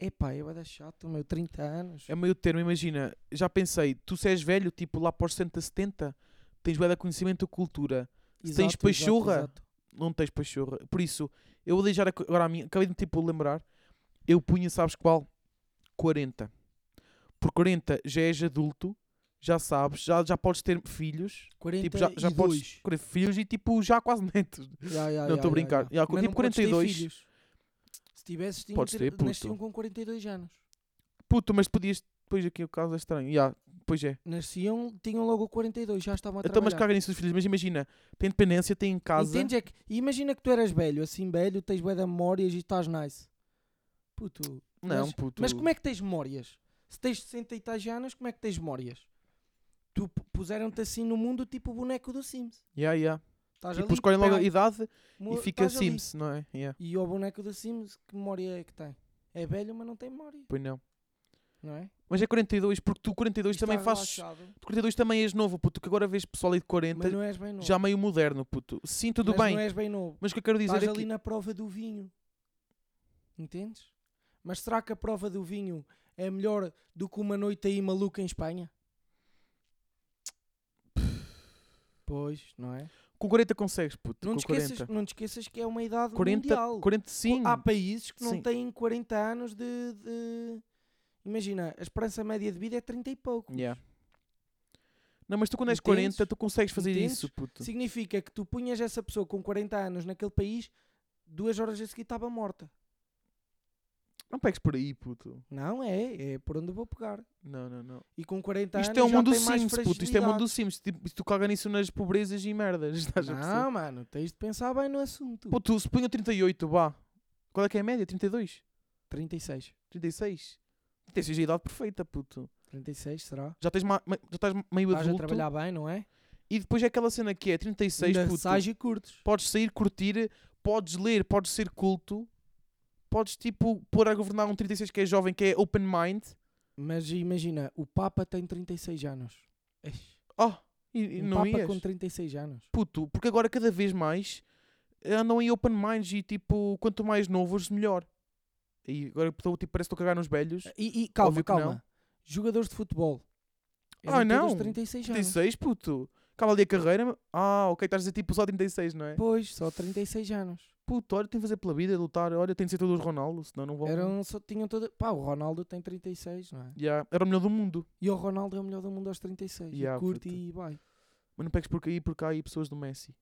S3: Epá, eu vou dar chato, meu, 30 anos.
S2: É meio termo, imagina. Já pensei, tu se és velho, tipo lá para os 60, 70, tens bué de conhecimento e cultura. se tens pachorra, Não tens pachorra. Por isso, eu vou deixar aco- agora a minha. Acabei de me tipo, lembrar. Eu punha, sabes qual? 40. Por 40 já és adulto, já sabes, já, já podes ter filhos. Tipo, já, já podes ter filhos e tipo já quase netos. Não, tô a brincar. Já, tipo, 42.
S3: Se tivesses, tinha
S2: Podes
S3: ter,
S2: ter, puto.
S3: nasciam com 42 anos.
S2: Puto, mas podias. Depois aqui o caso é estranho. Ya, pois é.
S3: Nasciam, tinham logo 42, já estavam a
S2: Então, mas
S3: trabalhar.
S2: caga nisso dos filhos. Mas imagina, tem dependência, tem em casa.
S3: Entendes? É que, imagina que tu eras velho, assim velho, tens bué de memórias e estás nice. Puto,
S2: Não, puto.
S3: Mas como é que tens memórias? Se tens 60 e tais anos, como é que tens memórias? Tu p- puseram-te assim no mundo tipo o boneco do Sims.
S2: Ya, ya.
S3: Estás
S2: Tipo,
S3: ali,
S2: escolhem logo a
S3: pau,
S2: idade
S3: mo-
S2: e fica
S3: estás ali.
S2: Sims, não é? Yeah.
S3: E o boneco do Sims, que memória é que tem? É velho, mas não tem memória,
S2: Pois não.
S3: não é?
S2: Mas é 42, porque tu 42
S3: E
S2: também
S3: está
S2: fazes.
S3: relaxado,
S2: Tu 42 também és novo, puto, que agora vês pessoal aí de 40,
S3: Mas não és bem novo.
S2: já meio moderno, puto. Sim, tudo
S3: mas
S2: bem.
S3: não és bem novo.
S2: Mas o é que eu quero dizer
S3: Estás
S2: é
S3: ali
S2: que.
S3: na prova do vinho. Entendes? Mas será que a prova do vinho é melhor do que uma noite aí maluca em Espanha? Pois, não é?
S2: Com 40 consegues, puto.
S3: Não
S2: com
S3: te, esqueças,
S2: 40.
S3: não te esqueças que é uma idade
S2: 40,
S3: mundial.
S2: 45.
S3: Há países que não
S2: Sim.
S3: têm 40 anos de, de- Imagina, a esperança média de vida é 30 e pouco.
S2: Yeah. Não, mas tu quando és
S3: Entendes?
S2: 40, tu consegues fazer
S3: Entendes?
S2: isso, puto.
S3: Significa que tu punhas essa pessoa com 40 anos naquele país, duas horas a seguir estava morta.
S2: Não pegues por aí, puto.
S3: Não é, é por onde eu vou pegar.
S2: Não, não, não.
S3: E com 40
S2: Isto
S3: anos
S2: é o
S3: Tá, já
S2: mundo
S3: tem mais
S2: Sims, puto. Isto é o mundo
S3: fragilidade.
S2: Sims. Tipo, se tu caga nisso nas pobrezas e merdas. Estás a perceber?
S3: Não, mano, tens de pensar bem no assunto.
S2: Puto, se punha 38, vá. Qual é que é a média? 32?
S3: 36.
S2: 36? 36 é a idade perfeita, puto.
S3: 36 será?
S2: Já, tens ma- ma- já estás meio
S3: Vais a
S2: adulto.
S3: trabalhar bem, não é?
S2: E depois é aquela cena que é 36,
S3: Ainda
S2: puto.
S3: sais e curtes.
S2: Podes sair, curtir, podes ler, podes ser culto. Podes, tipo, pôr a governar um 36 que é jovem, que é open mind.
S3: Mas imagina, o Papa tem 36 anos.
S2: Oh, e, e
S3: um
S2: não
S3: Papa
S2: ias?
S3: com 36 anos.
S2: Puto, porque agora cada vez mais andam em open minds e, tipo, quanto mais novos, melhor. E agora estou, tipo, parece que estou a cagar nos velhos.
S3: E, e calma,
S2: Óbvio que
S3: calma. Jogadores de futebol. um Eram
S2: Ah,
S3: todos
S2: não.
S3: 36 anos.
S2: 36, puto. Acaba ali a carreira. meu. Ah, ok, estás a dizer tipo só 36, não é?
S3: Pois, só 36 anos.
S2: Puto, olha, tem que fazer pela vida, lutar. Olha, tem de ser todos Ronaldo, senão não vão.
S3: Eram, um, só tinham toda... Pá, o Ronaldo tem 36, não é?
S2: Ya, era o melhor do mundo.
S3: E o Ronaldo é o melhor do mundo aos 36.
S2: Yeah,
S3: e curte
S2: puta.
S3: e vai.
S2: Mas não pegues porque aí, porque há aí pessoas do Messi.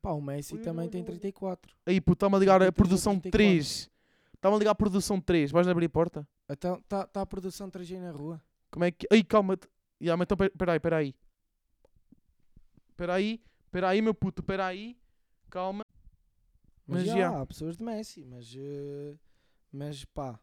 S3: Pá, o Messi
S2: Ui,
S3: também
S2: ui,
S3: tem
S2: ui.
S3: 34.
S2: Aí, puto, está-me a ligar a
S3: 33,
S2: produção
S3: 34.
S2: 3. Está-me a ligar a produção 3. Vais abrir a porta?
S3: Então, está tá a produção 3G na rua.
S2: Como é que. Aí, calma. -te. Ya, mas então, pe- peraí, peraí. Peraí, peraí, meu puto, peraí. Calma.
S3: Mas,
S2: Mas
S3: já,
S2: já.
S3: há pessoas de Messi, mas... eh, mas, pá...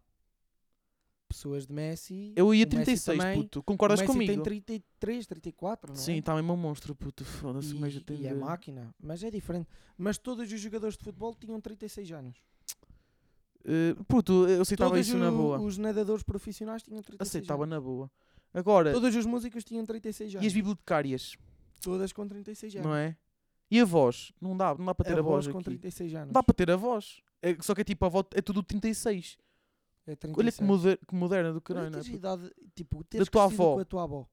S3: Pessoas de Messi...
S2: Eu ia
S3: o Messi
S2: 36,
S3: também,
S2: puto.
S3: O
S2: Concordas
S3: Messi
S2: comigo?
S3: tem 33, 34, não é?
S2: Sim, está mesmo um monstro, puto. Foda-se, o gajo
S3: E,
S2: tem.
S3: e é
S2: de-
S3: máquina, mas é diferente. Mas todos os jogadores de futebol tinham 36 anos.
S2: Eh, puto, eu aceitava
S3: todos
S2: isso na
S3: o-
S2: boa.
S3: os nadadores profissionais tinham 36
S2: Aceitava
S3: anos.
S2: na boa. Agora,
S3: Todos os músicos tinham 36
S2: e as
S3: anos.
S2: bibliotecárias,
S3: Todas com 36 anos.
S2: não é? E a voz? Não dá, não dá para ter a, voz
S3: Avós com
S2: aqui.
S3: 36 anos.
S2: Não dá para ter a voz. É que- só que é tipo, a voz é tudo 36.
S3: É 36.
S2: Olha que, moder, que moderna do caralho,
S3: Olha,
S2: não é?
S3: tens
S2: puto?
S3: idade, tipo, teres
S2: tua
S3: crescido
S2: avó.
S3: com a tua avó.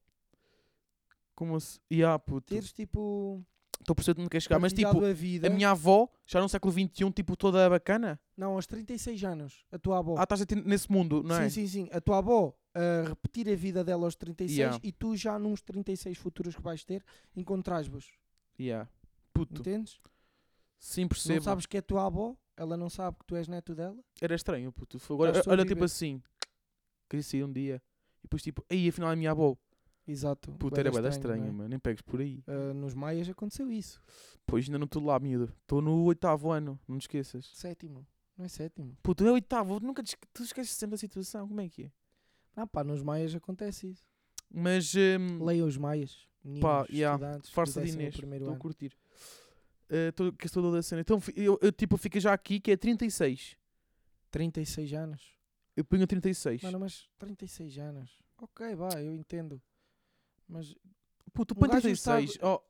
S2: Como se... Yeah, puto.
S3: Teres, tipo,
S2: Estou a perceber onde quer chegar, mas
S3: partilhado
S2: tipo,
S3: a vida.
S2: a minha avó, já no século XXI, tipo, toda bacana.
S3: Não, aos 36 anos, a tua avó.
S2: Ah, estás a ter nesse mundo, não é?
S3: Oh. Sim, sim, sim. A tua avó a repetir a vida dela aos 36
S2: Yeah.
S3: e tu já nos 36 futuros que vais ter, encontrás-vos.
S2: Yeah. Puto.
S3: Entendes?
S2: Sim,
S3: Não
S2: percebo.
S3: sabes que é a tua avó, ela não sabe que tu és neto dela.
S2: Era estranho, puto. Foi Agora,
S3: Estás-te a
S2: olha, tipo
S3: viver.
S2: assim. Cresci um dia. E depois, tipo, aí afinal é a minha avó.
S3: Exato.
S2: Puta,
S3: Bué
S2: era
S3: da
S2: bada
S3: estranho,
S2: estranho,
S3: não é?
S2: mano. Nem pegues por aí.
S3: Ah, nos Maias aconteceu isso.
S2: Pois ainda não estou lá, miúdo. Estou no oitavo ano, não te esqueças.
S3: Sétimo. Não é sétimo.
S2: Puto, é oitavo, nunca te esque- tu esqueces sempre da situação, como é que é?
S3: Ah pá, nos Maias acontece isso.
S2: Mas, hum,
S3: Leiam os Maias. Meninos,
S2: Pá, yeah.
S3: estudantes,
S2: farsa de
S3: do décimo
S2: Inês,
S3: primeiro
S2: estou a
S3: ano.
S2: curtir. Eh, tô- que estou da cena. Então, fi- eu, eu, tipo, fico já aqui que é 36.
S3: 36 anos.
S2: Eu ponho 36.
S3: Mano, mas 36 anos. Ok, vá, eu entendo. Mas
S2: Puto,
S3: um
S2: põe
S3: gajo
S2: 36.
S3: sabe-
S2: Oh,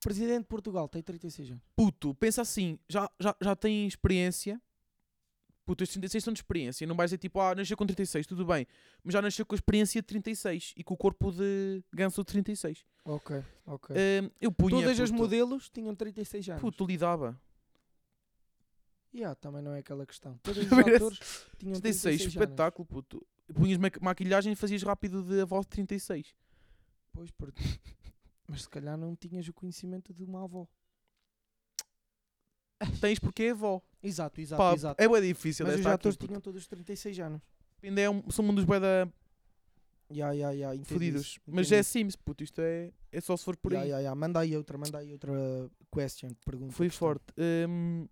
S3: presidente de Portugal tem 36 anos.
S2: puto, pensa assim, já, já, já tem experiência. Puto, estes 36 são de experiência. Não vais dizer tipo, ah, nasceu com 36, tudo bem. Mas já nasceu com a experiência de 36 e com o corpo de ganso de 36.
S3: Ok, ok.
S2: Hum, eu punha.
S3: Eh, Todas as
S2: puto.
S3: modelos tinham 36 anos.
S2: Puto, lidava.
S3: Yeah, também não é aquela questão. Todos os
S2: Parece-
S3: atores tinham
S2: 36,
S3: 36 anos.
S2: é espetáculo, puto. Punhas maqui- maquilhagem e fazias rápido de avó de 36.
S3: Pois, porque... Mas se calhar não tinhas o conhecimento de uma avó.
S2: Tens porque é avó.
S3: Exato, exato,
S2: Pá,
S3: exato.
S2: é bem difícil.
S3: Mas
S2: deve
S3: os
S2: estar aqui,
S3: atores
S2: puto.
S3: tinham todos 36 anos.
S2: Ainda é um, são um dos bué da
S3: Ya, ya, ya, entendi
S2: fodidos.
S3: isso,
S2: Mas
S3: entendi
S2: é
S3: isso.
S2: Sims, puto. Isto é, é só se for por
S3: Ya,
S2: aí.
S3: ya, ya, Manda aí outra, manda aí outra question, pergunta.
S2: Foi
S3: questão.
S2: forte. Hum,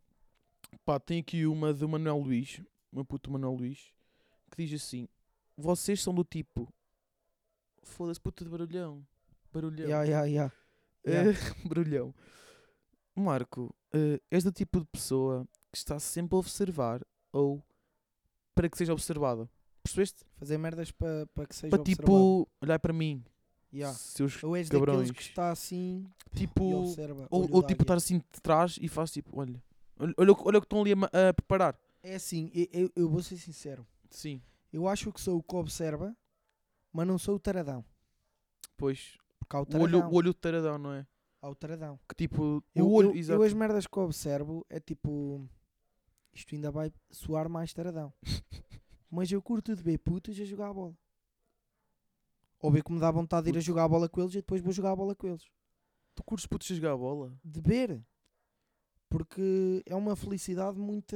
S2: pá, tem aqui uma do Manuel Luís, meu puto Manuel Luís, que diz assim: Vocês são do tipo. Foda-se, puta de barulhão. Barulhão.
S3: Ya, ya, ya.
S2: Eh,
S3: É.
S2: Brulhão. Marco, eh, és do tipo de pessoa que está sempre a observar ou para que seja observada. Percebeste?
S3: Fazer merdas para pa que seja
S2: Para
S3: observado.
S2: tipo, olhar para mim.
S3: Ya.
S2: Seus
S3: Ou és
S2: cabrões.
S3: daqueles que está assim e
S2: tipo,
S3: observa.
S2: ou,
S3: olho
S2: ou
S3: de
S2: tipo,
S3: águia.
S2: estar assim de trás e faz tipo, olha, olha, olha, o que- olha o que estão ali a, ma- a preparar.
S3: É assim, eu, eu- eu vou ser sincero.
S2: Sim,
S3: Eu acho que sou o que observa, mas não sou o taradão.
S2: pois.
S3: Porque há o
S2: O olho,
S3: taradão.
S2: o olho taradão, não é?
S3: Há o taradão.
S2: Que tipo.
S3: Eu,
S2: o olho,
S3: eu-
S2: exato.
S3: eu as merdas que eu observo é tipo. Isto ainda vai soar mais taradão. Mas eu curto de ver putos a jogar a bola. Ou ver que me dá vontade de ir a jogar a bola com eles e depois vou jogar a bola com eles.
S2: Tu curtes putos a jogar a bola?
S3: De ver. Porque é uma felicidade muito,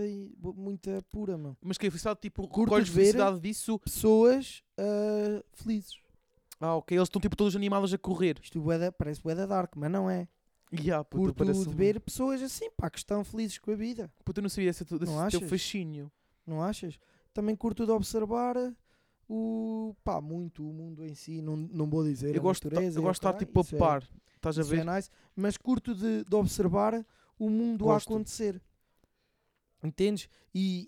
S3: muita pura, meu.
S2: Mas que é felicidade, tipo,
S3: Curto
S2: recolhes
S3: de ver-
S2: felicidade disso.
S3: Pessoas ah, felizes.
S2: Ah, ok, eles estão tipo todos animados a correr.
S3: Isto é bué da- parece bué da dark, mas não é.
S2: Yeah, puto,
S3: Curto
S2: parece
S3: de
S2: um-
S3: ver pessoas assim, pá, que estão felizes com a vida.
S2: Puto, eu não sabia desse, desse
S3: Não
S2: teu
S3: achas?
S2: fascínio.
S3: Não achas? Também curto de observar o pá, muito o mundo em si, não, não vou dizer
S2: Eu,
S3: a
S2: gosto, de ta-
S3: natureza,
S2: eu
S3: e o
S2: gosto de estar
S3: caralho,
S2: tipo a
S3: isso é-
S2: par. Estás a
S3: isso é
S2: ver?
S3: nice, mas curto de, de observar o mundo
S2: Gosto.
S3: a acontecer. Entendes? E,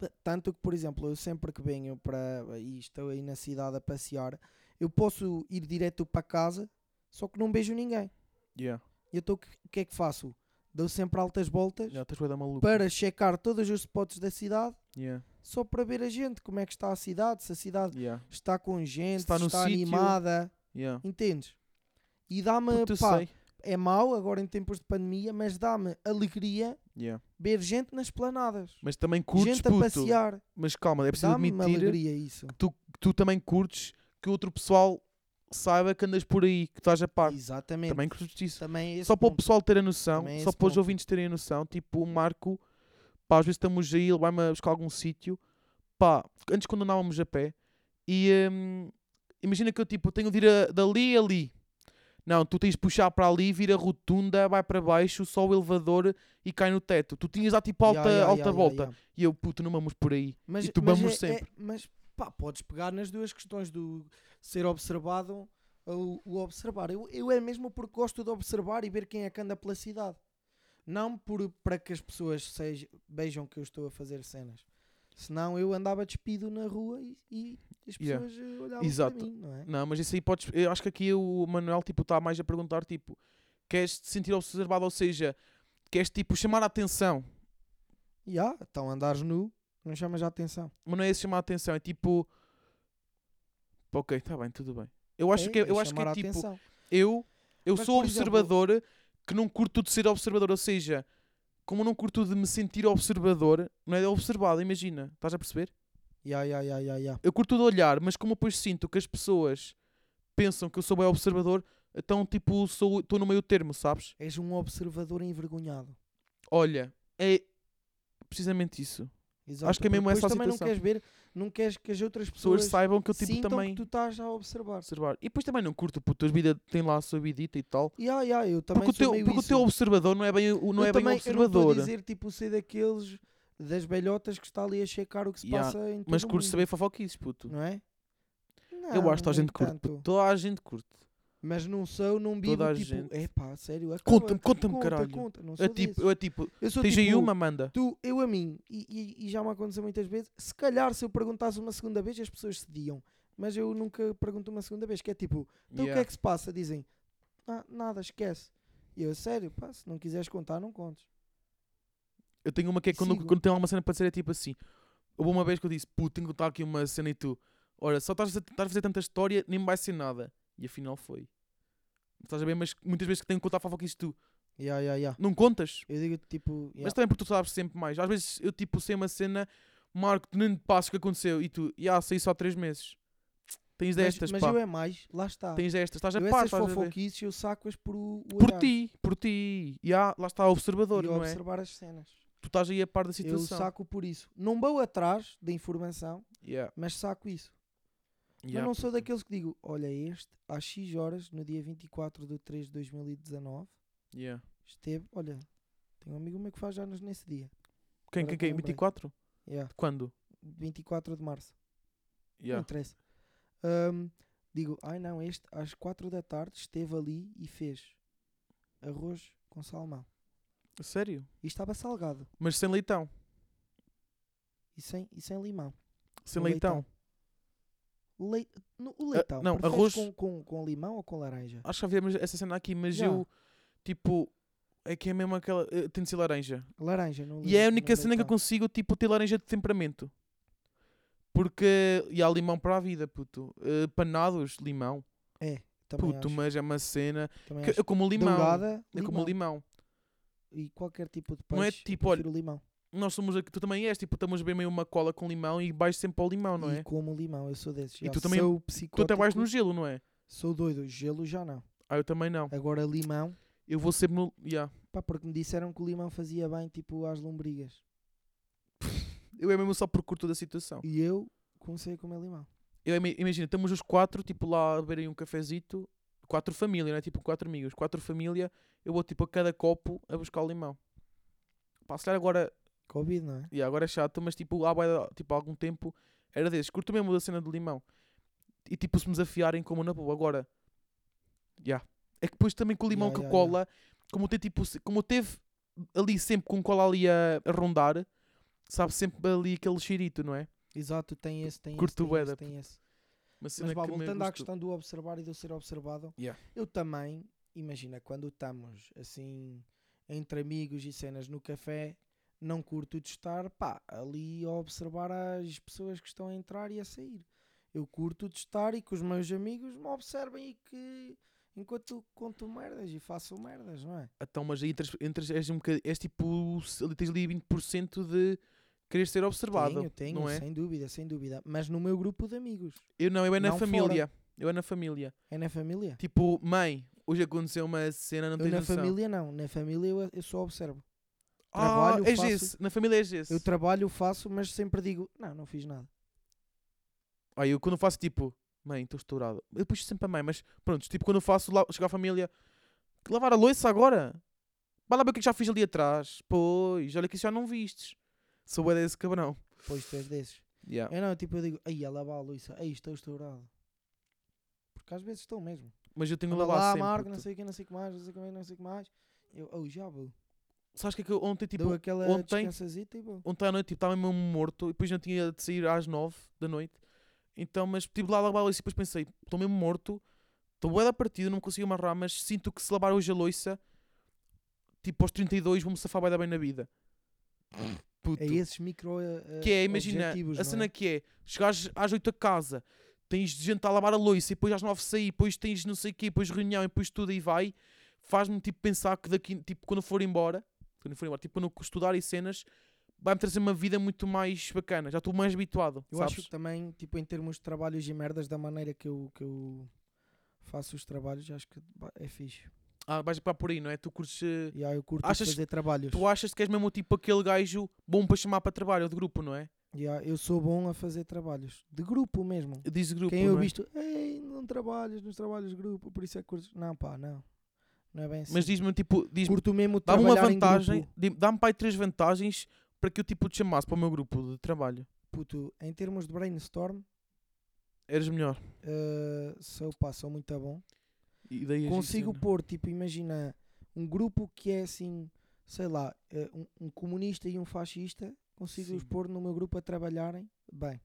S3: e, tanto que, por exemplo, eu sempre que venho para e estou aí na cidade a passear, eu posso ir direto para casa, só que não beijo ninguém.
S2: Yeah.
S3: E então o que, o que é que faço? Dou sempre altas voltas
S2: Já estás bué da maluco.
S3: para checar todos os spots da cidade
S2: Yeah,
S3: só para ver a gente, como é que está a cidade, se a cidade
S2: yeah,
S3: está com gente,
S2: Está
S3: está,
S2: no sítio.
S3: animada,
S2: yeah.
S3: entendes? E dá-me,
S2: Puto, eu
S3: pá,
S2: sei.
S3: é mau agora em tempos de pandemia, mas dá-me alegria
S2: Yeah.
S3: ver gente nas planadas,
S2: Mas também curtes,
S3: gente a
S2: puto.
S3: passear,
S2: Mas calma, é preciso
S3: dá-me uma
S2: admitir
S3: alegria isso.
S2: que tu também curtes que outro pessoal saiba que andas por aí, que estás a par.
S3: Exatamente.
S2: Também curtes isso.
S3: Também é esse
S2: Só para o
S3: ponto.
S2: pessoal ter a noção,
S3: Também é
S2: só
S3: esse
S2: para os
S3: ponto.
S2: ouvintes terem a noção, tipo, o Marco, pá, às vezes estamos aí, ele vai-me buscar a algum sítio, pá, antes quando andávamos a pé, e hum, imagina que eu, tipo, tenho de ir a- dali a ali. Não, tu tens de puxar para ali, vira rotunda, vai para baixo, só o elevador e cai no teto. Tu tinhas lá, tipo, alta,
S3: Ya, ya,
S2: alta
S3: ya, ya,
S2: volta.
S3: ya.
S2: E eu, puto, não vamos por aí.
S3: Mas,
S2: E tu
S3: mas
S2: vamos
S3: é- é-
S2: sempre.
S3: mas pá, podes pegar nas duas questões do ser observado ou o observar. Eu, eu é mesmo porque gosto de observar e ver quem é que anda pela cidade. Não por, para que as pessoas sejam, vejam que eu estou a fazer cenas. Senão eu andava despido na rua e, e as
S2: Yeah.
S3: pessoas eh, olhavam
S2: Exato.
S3: para mim, não é?
S2: Não, mas isso aí podes. Eu acho que aqui o Manuel tipo está mais a perguntar tipo, queres te sentir observado, ou seja, queres tipo chamar a atenção,
S3: E há, então andares nu, não chamas a atenção.
S2: mas não é esse chamar a atenção, é tipo, "Pá, ok, está bem, tudo bem. Eu acho que é- eu acho que
S3: chamar
S2: é
S3: a
S2: tipo,
S3: atenção.
S2: eu eu
S3: Mas,
S2: sou
S3: por exemplo-
S2: observador que não curto de ser observador, ou seja, como não curto de me sentir observador, não é observado, imagina, estás a perceber?
S3: Ya, ya, ya, ya, ya.
S2: eu curto de olhar, mas como depois sinto que as pessoas pensam que eu sou bem observador, então tipo, sou estou no meio termo, sabes?
S3: És um observador envergonhado.
S2: Olha, é precisamente isso.
S3: Exato,
S2: Acho que é mesmo
S3: porque
S2: essa a
S3: depois também
S2: situação.
S3: não queres ver, não queres que as outras
S2: As pessoas
S3: pessoas
S2: saibam que eu tipo
S3: sintam
S2: também
S3: que tu estás a observar.
S2: observar. E depois também não curto, puto, as vida tem lá a sua vidita e tal.
S3: Ya, ya, eu também
S2: Porque, o
S3: sou
S2: teu,
S3: meio
S2: porque o
S3: isso.
S2: teu observador não é bem, o- não
S3: Eu
S2: é bem
S3: também- Eu não
S2: observador.
S3: estou a dizer tipo ser daqueles das belhotas que está ali a checar o que se
S2: Ya,
S3: passa em todo
S2: mas
S3: o
S2: curto
S3: mundo,
S2: saber fofoquices, puto.
S3: Não é?
S2: eu acho que toda a
S3: nem
S2: gente curte. puto.
S3: tanto.
S2: Toda a gente curte.
S3: Mas não sou, não vivo
S2: a gente.
S3: tipo, é pá, sério, acaba,
S2: Conta-me, conta-me,
S3: conta,
S2: caralho.
S3: Conta, não sou
S2: É tipo,
S3: desses.
S2: eu é tipo,
S3: Eu sou
S2: tens aí
S3: tipo,
S2: uma, manda.
S3: Tu, eu a mim, e, e- e já me aconteceu muitas vezes, se calhar se eu perguntasse uma segunda vez as pessoas cediam, mas eu nunca pergunto uma segunda vez, que é tipo, então o que é que se passa? Dizem, "Ah, nada, esquece. E eu, sério, pá, se não quiseres contar, não contes.
S2: Eu tenho uma que é quando,
S3: Sigo.
S2: quando tem alguma cena para dizer, é tipo assim. Houve uma vez que eu disse, puto, tenho que contar aqui uma cena e tu, ora, só estás a, estás a fazer tanta história, nem vai ser nada. E afinal foi. Estás a ver? Mas muitas vezes que tenho que contar fofoquices tu,
S3: Ya, ya, ya.
S2: não contas?
S3: Eu digo tipo, ya.
S2: Mas também porque tu sabes sempre mais. Às vezes eu tipo sei uma cena, Marco, tu nem passos o que aconteceu e tu, e ah, saí só há 3 meses. Tens
S3: mas,
S2: destas,
S3: mas
S2: pá.
S3: eu é mais, lá está.
S2: Tens destas, estás a
S3: eu
S2: par,
S3: essas
S2: estás a ver?
S3: fofoquices eu saco-as por o, o
S2: Por
S3: olhar
S2: ti, por ti. E ah, lá está o observador,
S3: e
S2: não é?
S3: observar as cenas.
S2: Tu estás aí a par da
S3: Eu
S2: situação.
S3: saco por isso. Não vou atrás da informação,
S2: Yeah,
S3: mas saco isso.
S2: yeah,
S3: mas não sou
S2: puto.
S3: daqueles que digo, olha, este, às X horas, no dia 24 de 3 de 2019,
S2: Yeah.
S3: esteve, olha, tenho um amigo meu que faz anos nesse dia.
S2: Quem,
S3: Agora
S2: quem, quem?
S3: lembrei.
S2: 24?
S3: Yeah,
S2: Quando?
S3: 24 de março, não
S2: Yeah.
S3: interessa. Ahm, digo, ai não, este às 4 da tarde esteve ali e fez arroz com salmão.
S2: Sério?
S3: E estava salgado,
S2: Mas sem leitão.
S3: e sem, e sem limão.
S2: Sem
S3: Com leitão.
S2: leitão. Ah,
S3: Lei, no, o leitão,
S2: não,
S3: preferes
S2: arroz-
S3: com, com, com limão ou com laranja?
S2: Acho que havíamos essa cena aqui, mas
S3: Já.
S2: eu, tipo, É que é mesmo aquela. eh, Tem de ser laranja.
S3: Laranja, não
S2: E é a
S3: lembro-
S2: única
S3: não
S2: cena que eu
S3: lembro
S2: consigo, tipo, ter laranja de temperamento. Porque. E há limão para a vida, puto. Eh, panados, limão.
S3: qual. Também
S2: Puto,
S3: acho,
S2: mas é uma cena.
S3: também
S2: que
S3: acho.
S2: eu como limão.
S3: Dourada,
S2: eu como limão.
S3: E qualquer tipo de peixe.
S2: Não é
S3: eu
S2: tipo, olha,
S3: prefiro limão.
S2: Nós somos. aqui- Tu também és, tipo, estamos a beber meio uma cola com limão e baixo sempre ao limão, não
S3: e
S2: é?
S3: como limão, eu sou desses.
S2: E
S3: já
S2: tu também- é um,
S3: Sou
S2: Tu até vais
S3: psicótico,
S2: no gelo, não é?
S3: Sou doido. Gelo já não.
S2: Ah, eu também não.
S3: Agora limão.
S2: Eu vou sempre no. Yeah.
S3: Pá, porque me disseram que o limão fazia bem, tipo, às lombrigas.
S2: Eu é mesmo só por curto da situação.
S3: E eu comecei a comer limão.
S2: Eu ima- imagina, estamos os quatro, tipo, lá a beberem um cafezito. Quatro família, não é? Tipo, quatro amigos. Quatro família, eu vou, tipo, a cada copo a buscar o limão. Pá, se calhar agora,
S3: Covid, não é?
S2: e agora é chato, mas tipo, há, bué da- tipo, há algum tempo era desses. Curto mesmo da cena do limão. E tipo, se me desafiarem como na boa, agora. Já. É que depois também com o limão
S3: Ya,
S2: que
S3: ya, ya.
S2: cola, como teve tipo, se- como teve ali sempre com cola ali a, a rondar, sabe sempre ali aquele cheirito, não é?
S3: Exato, tem esse, tem
S2: Curto
S3: esse. tem
S2: bué
S3: esse,
S2: da-
S3: tem esse.
S2: Uma cena
S3: Mas vá,
S2: que me
S3: voltando à
S2: gostou.
S3: questão do observar e do ser observado,
S2: Yeah.
S3: eu também, imagina, quando estamos assim entre amigos e cenas no café, não curto de estar pá, ali a observar as pessoas que estão a entrar e a sair. Eu curto de estar e que os meus amigos me observem e que enquanto conto merdas e faço merdas, não é?
S2: Então, mas aí entras, entras, és, um bocad- és tipo, se- ali tens ali 20% de querer ser observado.
S3: Tenho, tenho,
S2: não é?
S3: sem dúvida, sem dúvida. Mas no meu grupo de amigos.
S2: Eu não, eu é na
S3: Não fora.
S2: família. Eu é na família.
S3: É na família?
S2: Tipo, mãe, hoje aconteceu uma cena, não
S3: eu
S2: tens
S3: na
S2: noção.
S3: família não. Na família eu, eu só observo.
S2: ah,
S3: trabalho,
S2: és
S3: faço-
S2: esse. Na família és esse.
S3: Eu trabalho, faço, mas sempre digo, não, não fiz nada.
S2: Ah, eu quando faço tipo, mãe, estou estourado. Eu puxo sempre a mãe, mas pronto, tipo, quando eu faço, lá, chegar à família, lavar a louça agora? Vai lá ver o que é que já fiz ali atrás. Pois, olha que isso já não vistes. Sou o desse cabrão.
S3: Pois tu és desses.
S2: Yeah.
S3: Eu não, tipo, eu digo, aí a lavar a Luísa, aí estou é estourado. Porque às vezes estou mesmo.
S2: Mas eu tenho que
S3: Anda
S2: lavar
S3: lá,
S2: sempre.
S3: Marco,
S2: puto.
S3: não sei o que, não sei o que mais, não sei o que mais, não sei o que mais. Eu, oh, já vou.
S2: Sabes o que é que eu ontem, tipo,
S3: Dou aquela
S2: ontem-
S3: descansazita e vou. É
S2: ontem à noite tipo, estava mesmo morto e depois não tinha de sair às 9 da noite. Então, mas tipo, lá lavar a louça e depois pensei, estou mesmo morto, estou bué da partida, não me consigo amarrar, mas sinto que se lavar hoje a louça, tipo aos 32 vou-me safar bué da bem na vida. Puto.
S3: É esses micro eh,
S2: que é, imagina,
S3: objetivos,
S2: a
S3: não
S2: cena
S3: é?
S2: que é, chegares às 8 a casa, tens de jantar a lavar a louça e depois às 9 sair, depois tens não sei o quê, depois reunião e depois tudo e vai, faz-me tipo pensar que daqui, tipo, quando eu for embora, quando eu for embora, tipo, quando eu estudar e cenas, vai-me trazer uma vida muito mais bacana, já estou mais habituado,
S3: Eu
S2: sabes?
S3: acho que também, tipo, em termos de trabalhos e merdas, da maneira que eu, que eu faço os trabalhos, acho que ba- é fixe.
S2: Ah, vais para por aí, não é? Tu curtes, eh,
S3: E aí eu curto de
S2: Achas-
S3: fazer trabalhos.
S2: tu achas que és mesmo tipo aquele gajo bom para chamar para trabalho de grupo, não é?
S3: E aí eu sou bom a fazer trabalhos. De grupo mesmo.
S2: Diz grupo,
S3: Quem eu
S2: não é?
S3: visto, ei, não trabalhas nos trabalhos de grupo, por isso é que curtes. Não, pá, não. Não é bem assim.
S2: Mas diz-me tipo, diz
S3: Curto mesmo de
S2: Dá-me uma
S3: trabalhar em
S2: vantagem,
S3: grupo.
S2: di- dá-me pai três vantagens para que eu tipo te chamasse para o meu grupo de trabalho.
S3: Puto, em termos de brainstorm,
S2: Eras melhor.
S3: eh, sou, pá, sou muito bom.
S2: E daí agir
S3: Consigo
S2: cena.
S3: pôr, tipo, imagina, um grupo que é assim, sei lá, eh, um, um comunista e um fascista, consigo-os
S2: Sim.
S3: pôr no meu grupo a trabalharem bem.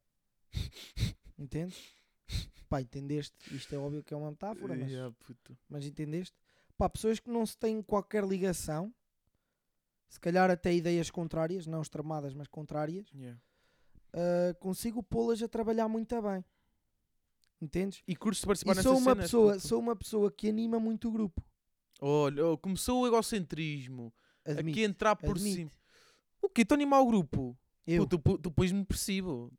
S3: Entendes? Pá, entendeste? Isto é óbvio que é uma metáfora, mas...
S2: Yeah, puto.
S3: Mas entendeste? Pá, pessoas que não se têm qualquer ligação, se calhar até ideias contrárias, não extremadas, mas contrárias,
S2: Yeah.
S3: ah, consigo pô-las a trabalhar muito bem. Entendes?
S2: E curso de participar
S3: E
S2: nessas
S3: sou uma,
S2: cenas,
S3: pessoa,
S2: puto.
S3: sou uma pessoa que anima muito o grupo.
S2: Olha, oh, começou o egocentrismo.
S3: Admito.
S2: Aqui a entrar por
S3: admito.
S2: cima. O quê? Estou a animar o grupo.
S3: Eu.
S2: Pô, tu, pô- tu pões-me depressivo.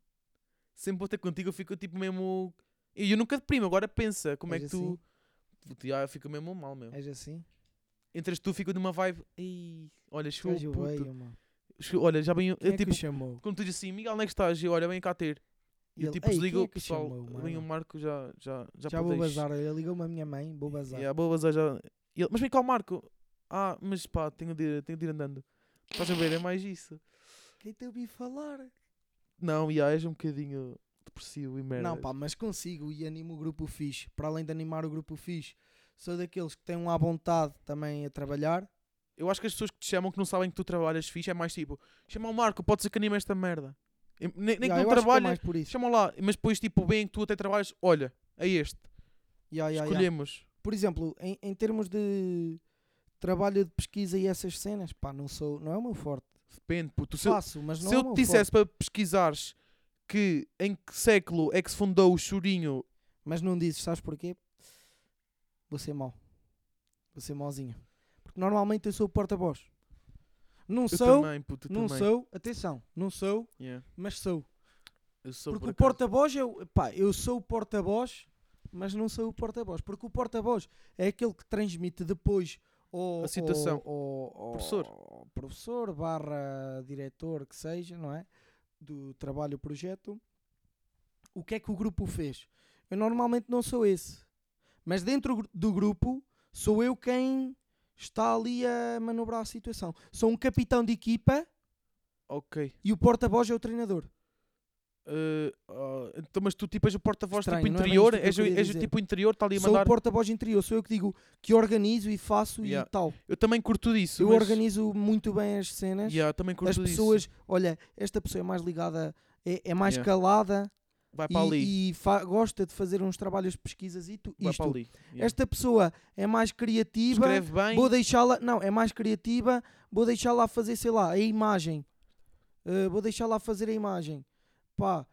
S2: Sempre vou ter contigo, eu fico tipo mesmo. E eu nunca deprimo, agora pensa como é
S3: És
S2: que tu.
S3: assim.
S2: Puto, já, eu fico mesmo mal, meu.
S3: És assim?
S2: Entras tu, fico numa vibe. Ei, olha,
S3: Tu
S2: chegou
S3: és
S2: o
S3: o
S2: puto.
S3: veio, mano.
S2: Chegou- Olha, já bem.
S3: Quem
S2: eu,
S3: é
S2: tipo,
S3: que o chamou?
S2: Como tu dizes assim, Miguel, onde é que estás? Eu, olha, vem cá ter. E eu
S3: Ele,
S2: tipo
S3: "Ei, quem
S2: desligo,
S3: é
S2: o
S3: que o
S2: pessoal,
S3: chamou,
S2: vem o
S3: mano?"
S2: Marco, já Já, já,
S3: Já vou
S2: podeis.
S3: bazar. Ele ligou-me a minha mãe, vou bazar.
S2: Yeah, vou bazar já. E ele, mas vem cá o Marco. Ah, mas pá, tenho de ir, tenho de ir andando. Estás a ver? É mais isso.
S3: Quem é te ouvi falar?
S2: Não, e és um bocadinho depressivo e merda.
S3: Não, pá, mas consigo e animo o grupo fixe. Para além de animar o grupo fixe, sou daqueles que têm um à vontade também a trabalhar.
S2: Eu acho que as pessoas que te chamam que não sabem que tu trabalhas fixe é mais tipo, chama o Marco, pode ser que anime esta merda. E Nem, nem
S3: Ya,
S2: que
S3: eu
S2: não
S3: acho que é
S2: trabalha,
S3: mais por isso.
S2: chamam lá. Mas depois, tipo, bem que tu até trabalhas, olha, é este.
S3: Ya, ya, ya.
S2: Escolhemos.
S3: Por exemplo, em, em termos de trabalho de pesquisa e essas cenas, pá, não sou, não é o meu forte.
S2: Depende, puto. Se, eu-
S3: Faço, mas não
S2: se
S3: é
S2: eu
S3: o meu
S2: te dissesse para pesquisares que em que século é que se fundou o Chorinho,
S3: forte. Mas não dizes, sabes porquê? Vou ser mau. Vou ser mauzinho. Porque normalmente eu sou o porta-voz. Não
S2: eu
S3: sou,
S2: também, puto, eu
S3: não
S2: também.
S3: sou, atenção, não sou,
S2: Yeah,
S3: mas sou.
S2: eu sou
S3: Porque
S2: por
S3: o
S2: acaso.
S3: porta-voz é o. Pá, eu sou o porta-voz, mas não sou o porta-voz. Porque o porta-voz é aquele que transmite depois ao,
S2: A situação.
S3: ao- ao- ao-
S2: Professor.
S3: ao professor, barra diretor, que seja, não é? Do trabalho, projeto. O que é que o grupo fez? Eu normalmente não sou esse. Mas dentro gru- do grupo sou eu quem está ali a manobrar a situação. Sou um capitão de equipa
S2: Ok.
S3: e o porta-voz é o treinador.
S2: Eh, ah, então, mas tu tipo és o porta-voz tipo
S3: Estranho, não é bem
S2: interior?
S3: isto que eu
S2: és o-
S3: queria
S2: és o
S3: dizer.
S2: tipo interior, está ali a
S3: sou
S2: mandar.
S3: o porta-voz interior, sou eu que digo que organizo e faço
S2: Yeah.
S3: e tal.
S2: Eu também curto disso.
S3: eu
S2: mas...
S3: organizo muito bem as cenas.
S2: Yeah, também curto
S3: as
S2: disso.
S3: pessoas, olha, esta pessoa é mais ligada, é, é mais
S2: Yeah.
S3: calada
S2: Vai para ali.
S3: e, e fa- gosta de fazer uns trabalhos de pesquisas e tu,
S2: Vai
S3: isto.
S2: para ali. Yeah.
S3: Esta pessoa é mais criativa,
S2: Escreve bem.
S3: vou deixá-la, não, é mais criativa, vou deixá-la a fazer, sei lá, a imagem. Uh, vou deixá-la a fazer a imagem. Pá, uh,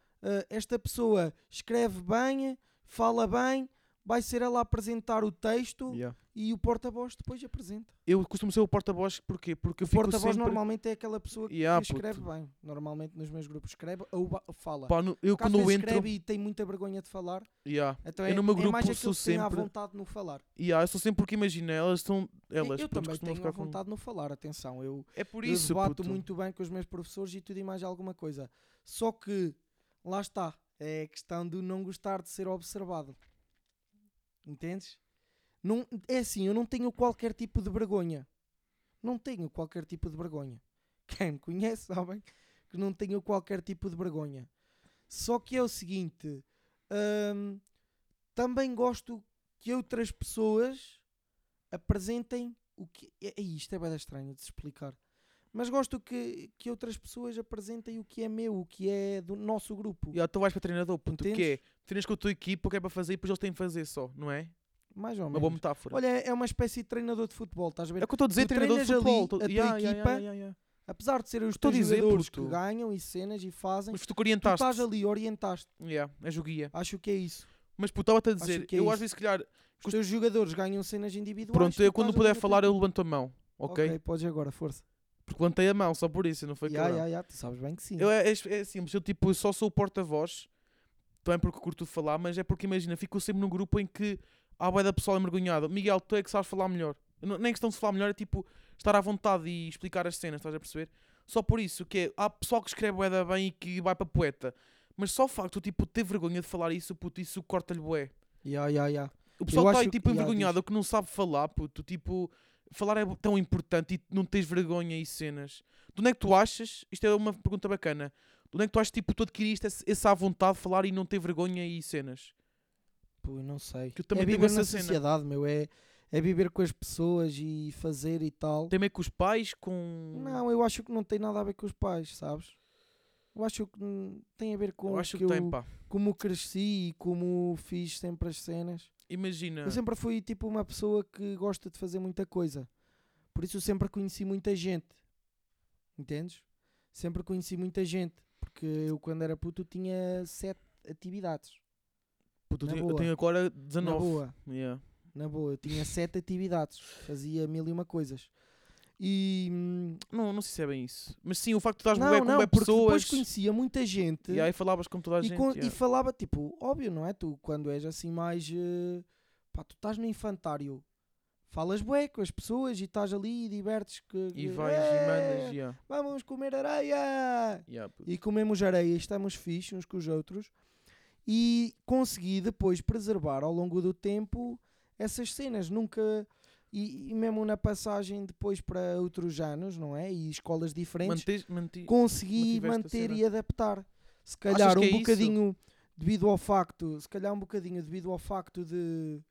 S3: esta pessoa escreve bem, fala bem, vai ser ela a apresentar o texto
S2: Yeah.
S3: e o porta-voz depois apresenta.
S2: Eu costumo ser o porta-voz porquê? porque eu
S3: O
S2: fico
S3: porta-voz
S2: sempre...
S3: normalmente é aquela pessoa que
S2: Yeah,
S3: escreve
S2: puto.
S3: bem. Normalmente nos meus grupos escreve ou ba- fala.
S2: Pá, no- eu
S3: Porque às
S2: quando eu
S3: vezes
S2: entro...
S3: escreve e tem muita vergonha de falar.
S2: Yeah.
S3: Então
S2: Eu
S3: é,
S2: no meu
S3: é
S2: grupo
S3: mais aquilo
S2: sou
S3: que tem à
S2: sempre-
S3: vontade no falar.
S2: Yeah, eu sou sempre porque imagina, elas estão... Elas,
S3: eu
S2: puto,
S3: também
S2: costumam
S3: tenho à
S2: ficar com-
S3: vontade no falar, atenção. Eu,
S2: É por
S3: eu
S2: isso,
S3: debato
S2: puto.
S3: muito bem com os meus professores e tudo e mais alguma coisa. Só que, lá está, é a questão do não gostar de ser observado. Entendes? Não, é assim, eu não tenho qualquer tipo de vergonha. Não tenho qualquer tipo de vergonha. Quem me conhece sabem que não tenho qualquer tipo de vergonha. Só que é o seguinte, hum, também gosto que outras pessoas apresentem o que... É, é isto é bem estranho de se explicar. Mas gosto que, que outras pessoas apresentem o que é meu, o que é do nosso grupo.
S2: Yeah, tu vais para treinador, puto, o que é?
S3: Entendes?
S2: Treinas com a tua equipa, o que é para fazer e depois eles têm que fazer só, não é?
S3: Mais ou
S2: Uma boa
S3: menos.
S2: metáfora.
S3: Olha, é uma espécie de treinador de futebol, estás a
S2: é
S3: ver?
S2: o que eu estou a dizer,
S3: tu
S2: treinador de
S3: treinas
S2: futebol.
S3: ali
S2: tu-
S3: a tua
S2: Yeah, yeah,
S3: equipa,
S2: yeah, yeah, yeah.
S3: Apesar de ser os
S2: Estou a
S3: teus
S2: dizer,
S3: jogadores
S2: puto.
S3: que ganham e cenas e fazem,
S2: Mas tu te
S3: tu
S2: orientaste.
S3: estás ali, orientaste.
S2: Yeah, és o guia.
S3: Acho que é isso.
S2: Mas puto, estava-te a
S3: Acho
S2: dizer,
S3: que é
S2: eu às
S3: isso.
S2: vezes, se calhar,
S3: Os teus jogadores ganham cenas individuais.
S2: pronto,
S3: tu
S2: eu quando
S3: estás
S2: puder
S3: ali na tua
S2: falar, eu
S3: equipa.
S2: levanto a mão, ok?
S3: Ok, podes agora, força.
S2: Porque levantei a mão só por isso, não foi
S3: Ya,
S2: claro.
S3: ya, ya, tu sabes bem que sim.
S2: Eu, é, é- é simples, eu tipo, só sou o porta-voz, também porque curto de falar, mas é porque imagina, fico sempre num grupo em que há boia da pessoa mergulhada. Miguel, tu é que sabes falar melhor. Eu não- Nem questão de falar melhor, é tipo estar à vontade e explicar as cenas, estás a perceber? Só por isso, que é, há pessoal que escreve boeda bem e que vai para poeta. Mas só o facto, de, tipo, ter vergonha de falar isso, puto, isso corta-lhe bué.
S3: Ya, ya, ya.
S2: O pessoal está aí
S3: acho
S2: tipo
S3: que- yeah,
S2: envergonhado, que não sabe falar, puto. Tipo, falar é tão importante e não tens vergonha e cenas. De onde é que tu achas? Isto é uma pergunta bacana. De onde é que tu achas tipo, tu adquiriste esse- essa à vontade de falar e não ter vergonha e cenas?
S3: Pô, eu não sei.
S2: Que eu também
S3: é
S2: tenho
S3: viver
S2: essa
S3: na
S2: cena.
S3: sociedade, meu. É, é viver com as pessoas e fazer e tal.
S2: Tem meio com os pais, com.
S3: Não, eu acho que não tem nada a ver com os pais, sabes? Eu acho que hum, tem a ver com
S2: eu
S3: o
S2: acho
S3: que
S2: que, tem, pá.
S3: como cresci e como fiz sempre as cenas.
S2: Imagina.
S3: Eu sempre fui tipo uma pessoa que gosta de fazer muita coisa. Por isso eu sempre conheci muita gente. Entendes? Sempre conheci muita gente. Porque eu quando era puto tinha sete atividades.
S2: Puto, eu
S3: na
S2: tenho- eu
S3: boa.
S2: tenho agora
S3: Na
S2: 19.
S3: boa.
S2: Yeah.
S3: Na boa, eu tinha sete atividades, fazia mil e uma coisas. E hum,
S2: Não, não sei se é bem isso. Mas sim, o facto de estás bué
S3: não,
S2: com
S3: não,
S2: bué
S3: porque depois
S2: pessoas.
S3: conhecia muita gente
S2: E aí falavas com toda a
S3: e,
S2: gente.
S3: con- e
S2: yeah.
S3: falava tipo, óbvio, não é? Tu quando és assim mais eh, pá, tu estás no infantário, falas bué com as pessoas e estás ali e divertes que
S2: E
S3: que-
S2: vais
S3: "Eh,
S2: e mandas. Yeah.
S3: Vamos comer areia!
S2: Yeah, puto.
S3: e comemos areia, estamos fixos uns com os outros e consegui depois preservar ao longo do tempo essas cenas, nunca e, e mesmo na passagem depois para outros anos, não é? E escolas diferentes,
S2: Mantês- manti-
S3: consegui
S2: mantiveste a
S3: manter
S2: cena.
S3: e adaptar. Se calhar
S2: que
S3: um
S2: é isso?
S3: bocadinho devido ao facto, se calhar um bocadinho devido ao facto de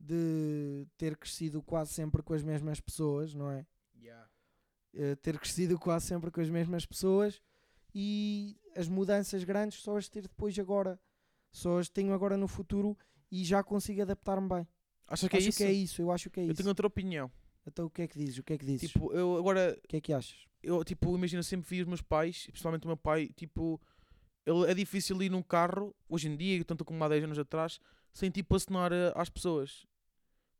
S3: de ter crescido quase sempre com as mesmas pessoas, não é?
S2: Yeah.
S3: eh, ter crescido quase sempre com as mesmas pessoas e as mudanças grandes só as ter depois agora. Só as tenho agora no futuro e já consigo adaptar-me bem.
S2: Achas que é
S3: acho
S2: isso?
S3: que é isso, eu acho que é
S2: Eu
S3: isso.
S2: tenho outra opinião.
S3: Então o que é que dizes? O que é que dizes?
S2: Tipo, eu agora
S3: o que é que achas?
S2: eu tipo, imagina, sempre vi os meus pais, principalmente o meu pai, tipo, ele é difícil ir num carro, hoje em dia, tanto como há 10 anos atrás, sem tipo acenar eh, às pessoas.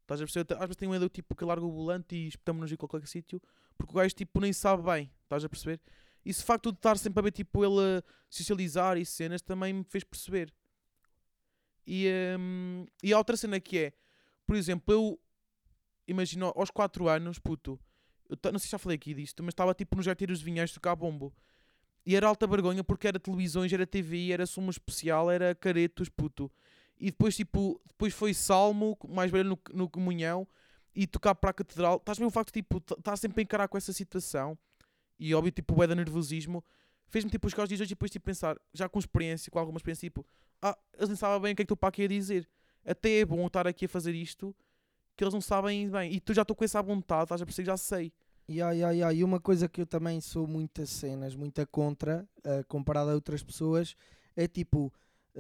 S2: Estás a perceber? Até- Às vezes tenho medo tipo, que larga o volante e espetamos-nos em qualquer sítio, porque o gajo tipo, nem sabe bem, estás a perceber? E se facto de estar sempre a ver tipo, ele a socializar e cenas também me fez perceber. E, hum, e a outra cena que é, por exemplo, eu imagino aos 4 anos, puto, eu ta- não sei se já falei aqui disto, mas estava tipo nos Jardeiros de Vinhais tocar bombo. E era alta vergonha porque era televisões, era TV, era sumo especial, era caretos, puto. E depois tipo, depois foi Salmo, mais velho no, no Comunhão, e tocar para a Catedral. Estás a ver o facto de tipo, estar sempre a encarar com essa situação, e óbvio tipo, é da nervosismo, fez-me tipo os caras dias hoje e depois tipo pensar, já com experiência, com alguma experiência, tipo, ah, eles nem sabem bem o que é que o Paco ia dizer. Até é bom eu estar aqui a fazer isto, que eles não sabem bem. E tu já estou com essa vontade, estás a perceber, já sei.
S3: Ya, ya, ya. E uma coisa que eu também sou muitas cenas, muita contra, eh, comparado a outras pessoas, é tipo,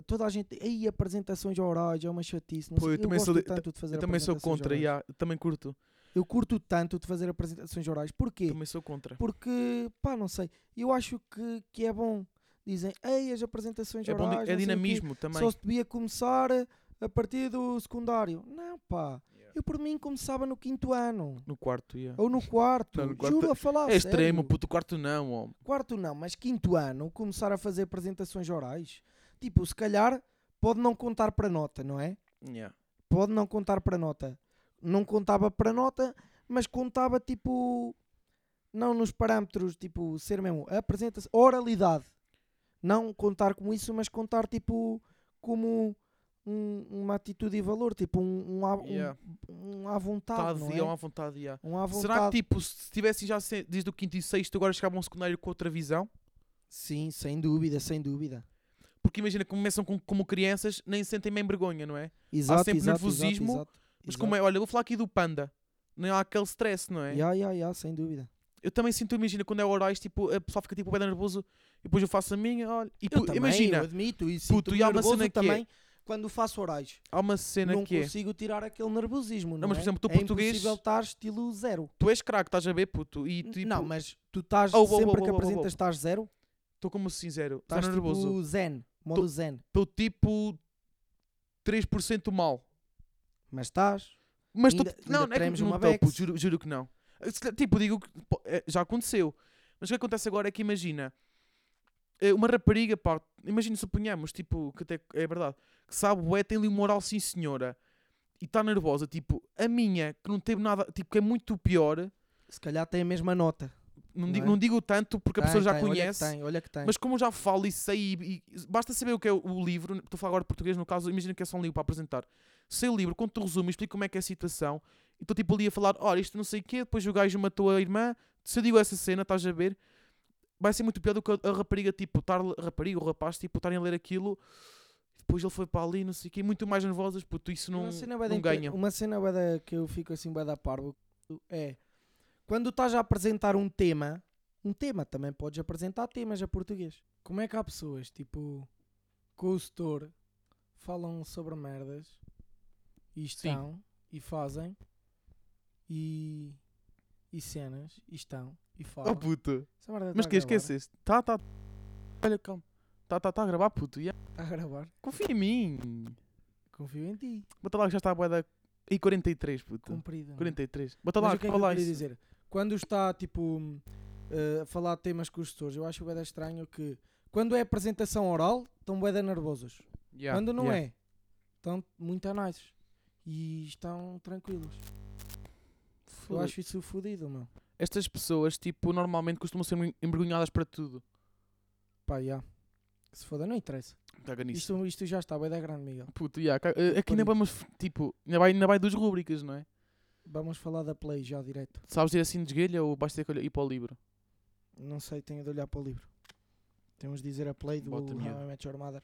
S3: toda a gente, aí apresentações orais, é uma chatice, não
S2: Pô,
S3: sei.
S2: eu
S3: Eu
S2: também sou
S3: gosto
S2: de-
S3: tanto de fazer
S2: Eu também sou
S3: apresentações
S2: contra,
S3: orais.
S2: yeah, eu também curto.
S3: Eu curto tanto de fazer apresentações orais. Porquê?
S2: Também sou contra.
S3: Porque, pá, não sei, eu acho que, que é bom. Dizem, ei, as apresentações
S2: É, bom, di- é
S3: orais, não sei o quê,
S2: dinamismo também.
S3: só se devia começar a partir do secundário. Não, pá, eu por mim começava no quinto ano.
S2: No quarto, yeah.
S3: Ou no quarto,
S2: Não, no quarto
S3: juro a falar.
S2: É extremo,
S3: Oh, sério.
S2: puto, quarto não, oh. ó.
S3: quarto não, mas quinto ano, começar a fazer apresentações orais, tipo, se calhar pode não contar para nota, não é?
S2: Yeah.
S3: Pode não contar para nota. Não contava para nota, mas contava tipo não nos parâmetros, tipo, ser mesmo apresenta-se oralidade. Não contar como isso, mas contar tipo como um- uma atitude e valor, tipo um, um, à- um-
S2: Yeah.
S3: um à
S2: Tá
S3: vontade, não
S2: é? à
S3: é?
S2: vontade, yeah.
S3: Um à vontade.
S2: Será que tipo, se tivessem já se- desde o quinto e sexto, agora chegavam ao secundário com outra visão?
S3: Sim, sem dúvida, sem dúvida.
S2: Porque imagina, começam com, como crianças, nem sentem bem vergonha, não é?
S3: Exato,
S2: sempre
S3: exato,
S2: nervosismo,
S3: exato, exato,
S2: Mas
S3: exato.
S2: como é, olha, eu vou falar aqui do panda. Não há aquele stress, não é?
S3: Ya, ya, ya, sem dúvida.
S2: Eu também sinto, imagina, quando é orais, tipo, a pessoa fica tipo bem nervoso e depois eu faço a minha, olha. E pu- imagina,
S3: admito isso.
S2: puto, e há uma cena que é-
S3: também quando faço orais.
S2: há uma cena
S3: Não
S2: que é.
S3: consigo tirar aquele nervosismo, não,
S2: mas,
S3: é?
S2: por exemplo, tu
S3: é
S2: português-
S3: impossível estar estilo zero.
S2: Tu és craque, estás a ver, puto. E tipo,
S3: não, mas tu estás
S2: Oh, oh,
S3: sempre
S2: oh, oh,
S3: que
S2: oh, oh,
S3: apresentas
S2: oh.
S3: estás zero,
S2: estou como sincero,
S3: estás
S2: estás
S3: tipo
S2: nervoso.
S3: zen, modo
S2: Tu-
S3: zen.
S2: Estou tipo 3% mal.
S3: Mas estás,
S2: Mas tô-
S3: Ainda-
S2: não,
S3: ainda
S2: não é
S3: tremes
S2: que não
S3: uma
S2: tô,
S3: Bex.
S2: puto, juro, juro que não. Eh, se calhar, Tipo, digo que pô, eh, já aconteceu. Mas o que acontece agora é que imagina eh, uma rapariga, pá, imagina, suponhamos, tipo, que até é verdade, que sabe, é, tem ali um moral, sim senhora, e está nervosa, tipo, a minha, que não teve nada, tipo, que é muito pior,
S3: se calhar tem a mesma nota.
S2: não,
S3: Não
S2: digo,
S3: é?
S2: não digo tanto porque a
S3: Tem,
S2: pessoa já
S3: tem,
S2: conhece,
S3: Olha que tem, olha que tem.
S2: Mas como eu já falo e sei, e- e basta saber o que é o- o livro, estou a falar agora de português no caso, imagina que é só um livro para apresentar. Sei o livro, quando tu resumo, explico como é que é a situação, e estou tipo ali a falar, olha, isto não sei o quê, depois o gajo matou a irmã, se eu digo essa cena, estás a ver, vai ser muito pior do que a, a rapariga, tipo, estar, a rapariga ou o rapaz, tipo, estarem a ler aquilo, depois ele foi para ali, não sei o quê, muito mais nervosas, puto, isso não,
S3: uma cena bué da
S2: não
S3: inter-
S2: ganha.
S3: Uma cena bué da- que eu fico assim bué da parvo é quando estás a apresentar um tema, um tema também podes apresentar temas a português. Como é que há pessoas, tipo, com o setor, falam sobre merdas e estão e fazem e, e cenas e estão e falam.
S2: Oh, puto,
S3: Essa merda
S2: mas
S3: tá a
S2: que
S3: gravar?
S2: esqueceste? Tá, tá, olha, calma, tá, tá, tá a gravar, puto, yeah.
S3: Está a gravar.
S2: confia em mim.
S3: Confio em ti.
S2: Bota lá que já está a boeda. E 43, puto.
S3: Cumprido. não é?
S2: 43. Bota lá,
S3: Mas o que é que
S2: cola
S3: eu
S2: lá
S3: queria
S2: isso.
S3: dizer? Quando está, tipo, eh, a falar de temas com os gestores, eu acho bem estranho que quando é apresentação oral, estão bem nervosos.
S2: Yeah,
S3: quando não
S2: yeah.
S3: é, estão muito anais. E estão tranquilos. Eu
S2: Foda-
S3: acho isso fodido, meu.
S2: Estas pessoas, tipo, normalmente costumam ser envergonhadas para tudo.
S3: Pá, já. Se foda, não interessa.
S2: Caga nisso.
S3: Isto, isto já está bem da grande, Miguel.
S2: Puto, yeah, ca- eh, Aqui ainda
S3: Por
S2: vamos, tipo, ainda vai, ainda vai duas rubricas, não é?
S3: Vamos falar da Play já direto.
S2: Sabes ir assim de esguelha ou basta ter que olhar- ir para o livro?
S3: Não sei, tenho de olhar para o livro. Temos de dizer a Play do
S2: Bota
S3: How
S2: miúdo.
S3: I Met Your Mother.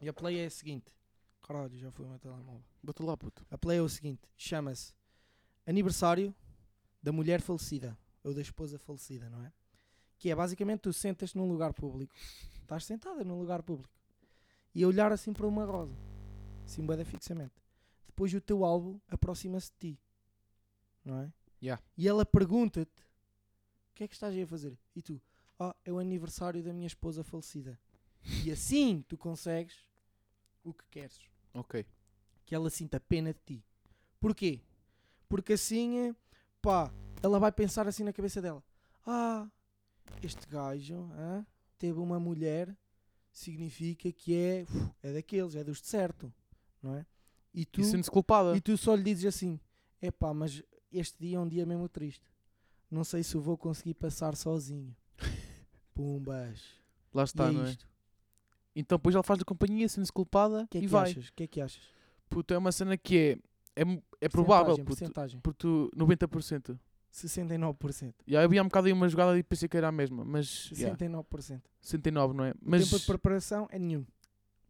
S3: E a Play é a seguinte. Caralho, já foi o meu telemóvel.
S2: Bota lá, puto.
S3: A play é o seguinte: chama-se Aniversário da Mulher Falecida ou da Esposa Falecida, não é? Que é basicamente tu sentas num lugar público, estás sentada num lugar público e a olhar assim para uma rosa, assim, bada fixamente. Depois o teu alvo aproxima-se de ti, não é?
S2: Yeah.
S3: E ela pergunta-te: o que é que estás aí a fazer? E tu: ó, é o aniversário da minha esposa falecida. E assim tu consegues o que queres
S2: Ok.
S3: que ela sinta pena de ti. Porquê? Porque assim, eh, pá, ela vai pensar assim na cabeça dela: Ah, este gajo hã, teve uma mulher, significa que é, uf, é daqueles, é dos de certo, não é? E tu,
S2: E sendo-se culpada.
S3: e tu só lhe dizes assim: É pá, mas este dia é um dia mesmo triste. Não sei se eu vou conseguir passar sozinho. Pumbas.
S2: Lá
S3: E é
S2: está, não é?
S3: isto.
S2: Então depois ela faz-lhe companhia, sendo-se culpada
S3: O que
S2: e
S3: é que
S2: vai.
S3: achas? O que é que achas?
S2: Puto, é uma cena que é. É, mu- é provável, puto.
S3: Porcentagem,
S2: Por tu, 90%.
S3: porcentagem. 69%.
S2: Já havia um bocado aí uma jogada e pensei que era a mesma, mas. Yeah,
S3: 69%.
S2: 69, não é?
S3: O
S2: Mas
S3: tempo de preparação é nenhum.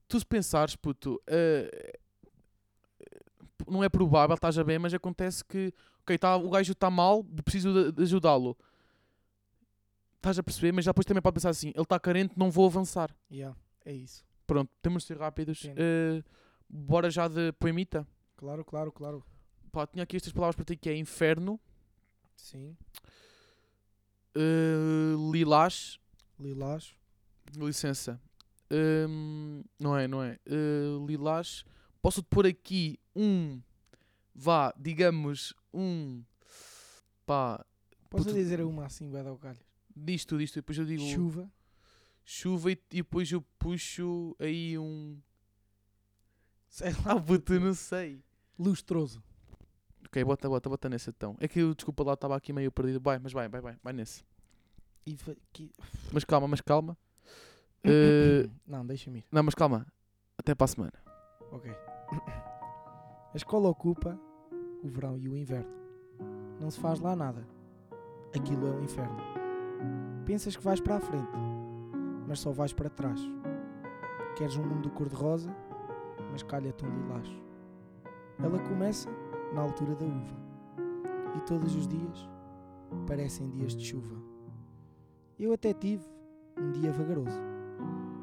S2: tu se pensares, puto, eh, não é provável, estás a bem, mas acontece que. Ok, tá, o gajo está mal, preciso de, de ajudá-lo. Estás a perceber, mas já depois também pode pensar assim: ele está carente, não vou avançar.
S3: Yeah, é isso.
S2: Pronto, temos de ser rápidos.
S3: Entendo.
S2: Eh, bora já de poemita.
S3: Claro, claro, claro.
S2: Pá, tinha aqui estas palavras para ti que é inferno,
S3: Sim.
S2: eh, lilás,
S3: Lilás.
S2: licença. Hum, não é, não é. Eh, lilás. Posso-te pôr aqui um, vá, digamos, um, pá,
S3: Posso
S2: Puto-
S3: dizer uma assim, vai dar o calho.
S2: disto, disto, depois eu digo
S3: Chuva.
S2: chuva e, e depois eu puxo aí um...
S3: Sei lá.
S2: Ah, puto, não sei.
S3: Lustroso.
S2: Ok, bota, bota, bota nesse então. É que eu, desculpa lá, estava aqui meio perdido. Vai, mas vai, vai, vai, vai nesse.
S3: E fa- que-
S2: Mas calma, mas calma. Eh,
S3: Não, deixa-me ir.
S2: não, mas calma. Até para a semana.
S3: Ok. A escola ocupa o verão e o inverno. Não se faz lá nada. Aquilo é um inferno. Pensas que vais para a frente, mas só vais para trás. Queres um mundo cor-de-rosa, mas calha-te um lilás. Ela começa na altura da uva. E todos os dias parecem dias de chuva. Eu até tive um dia vagaroso.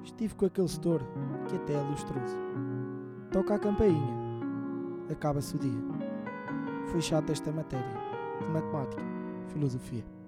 S3: Estive com aquele setor que até é lustroso. Toca a campainha. Acaba-se o dia. Foi chata esta matéria de matemática, filosofia.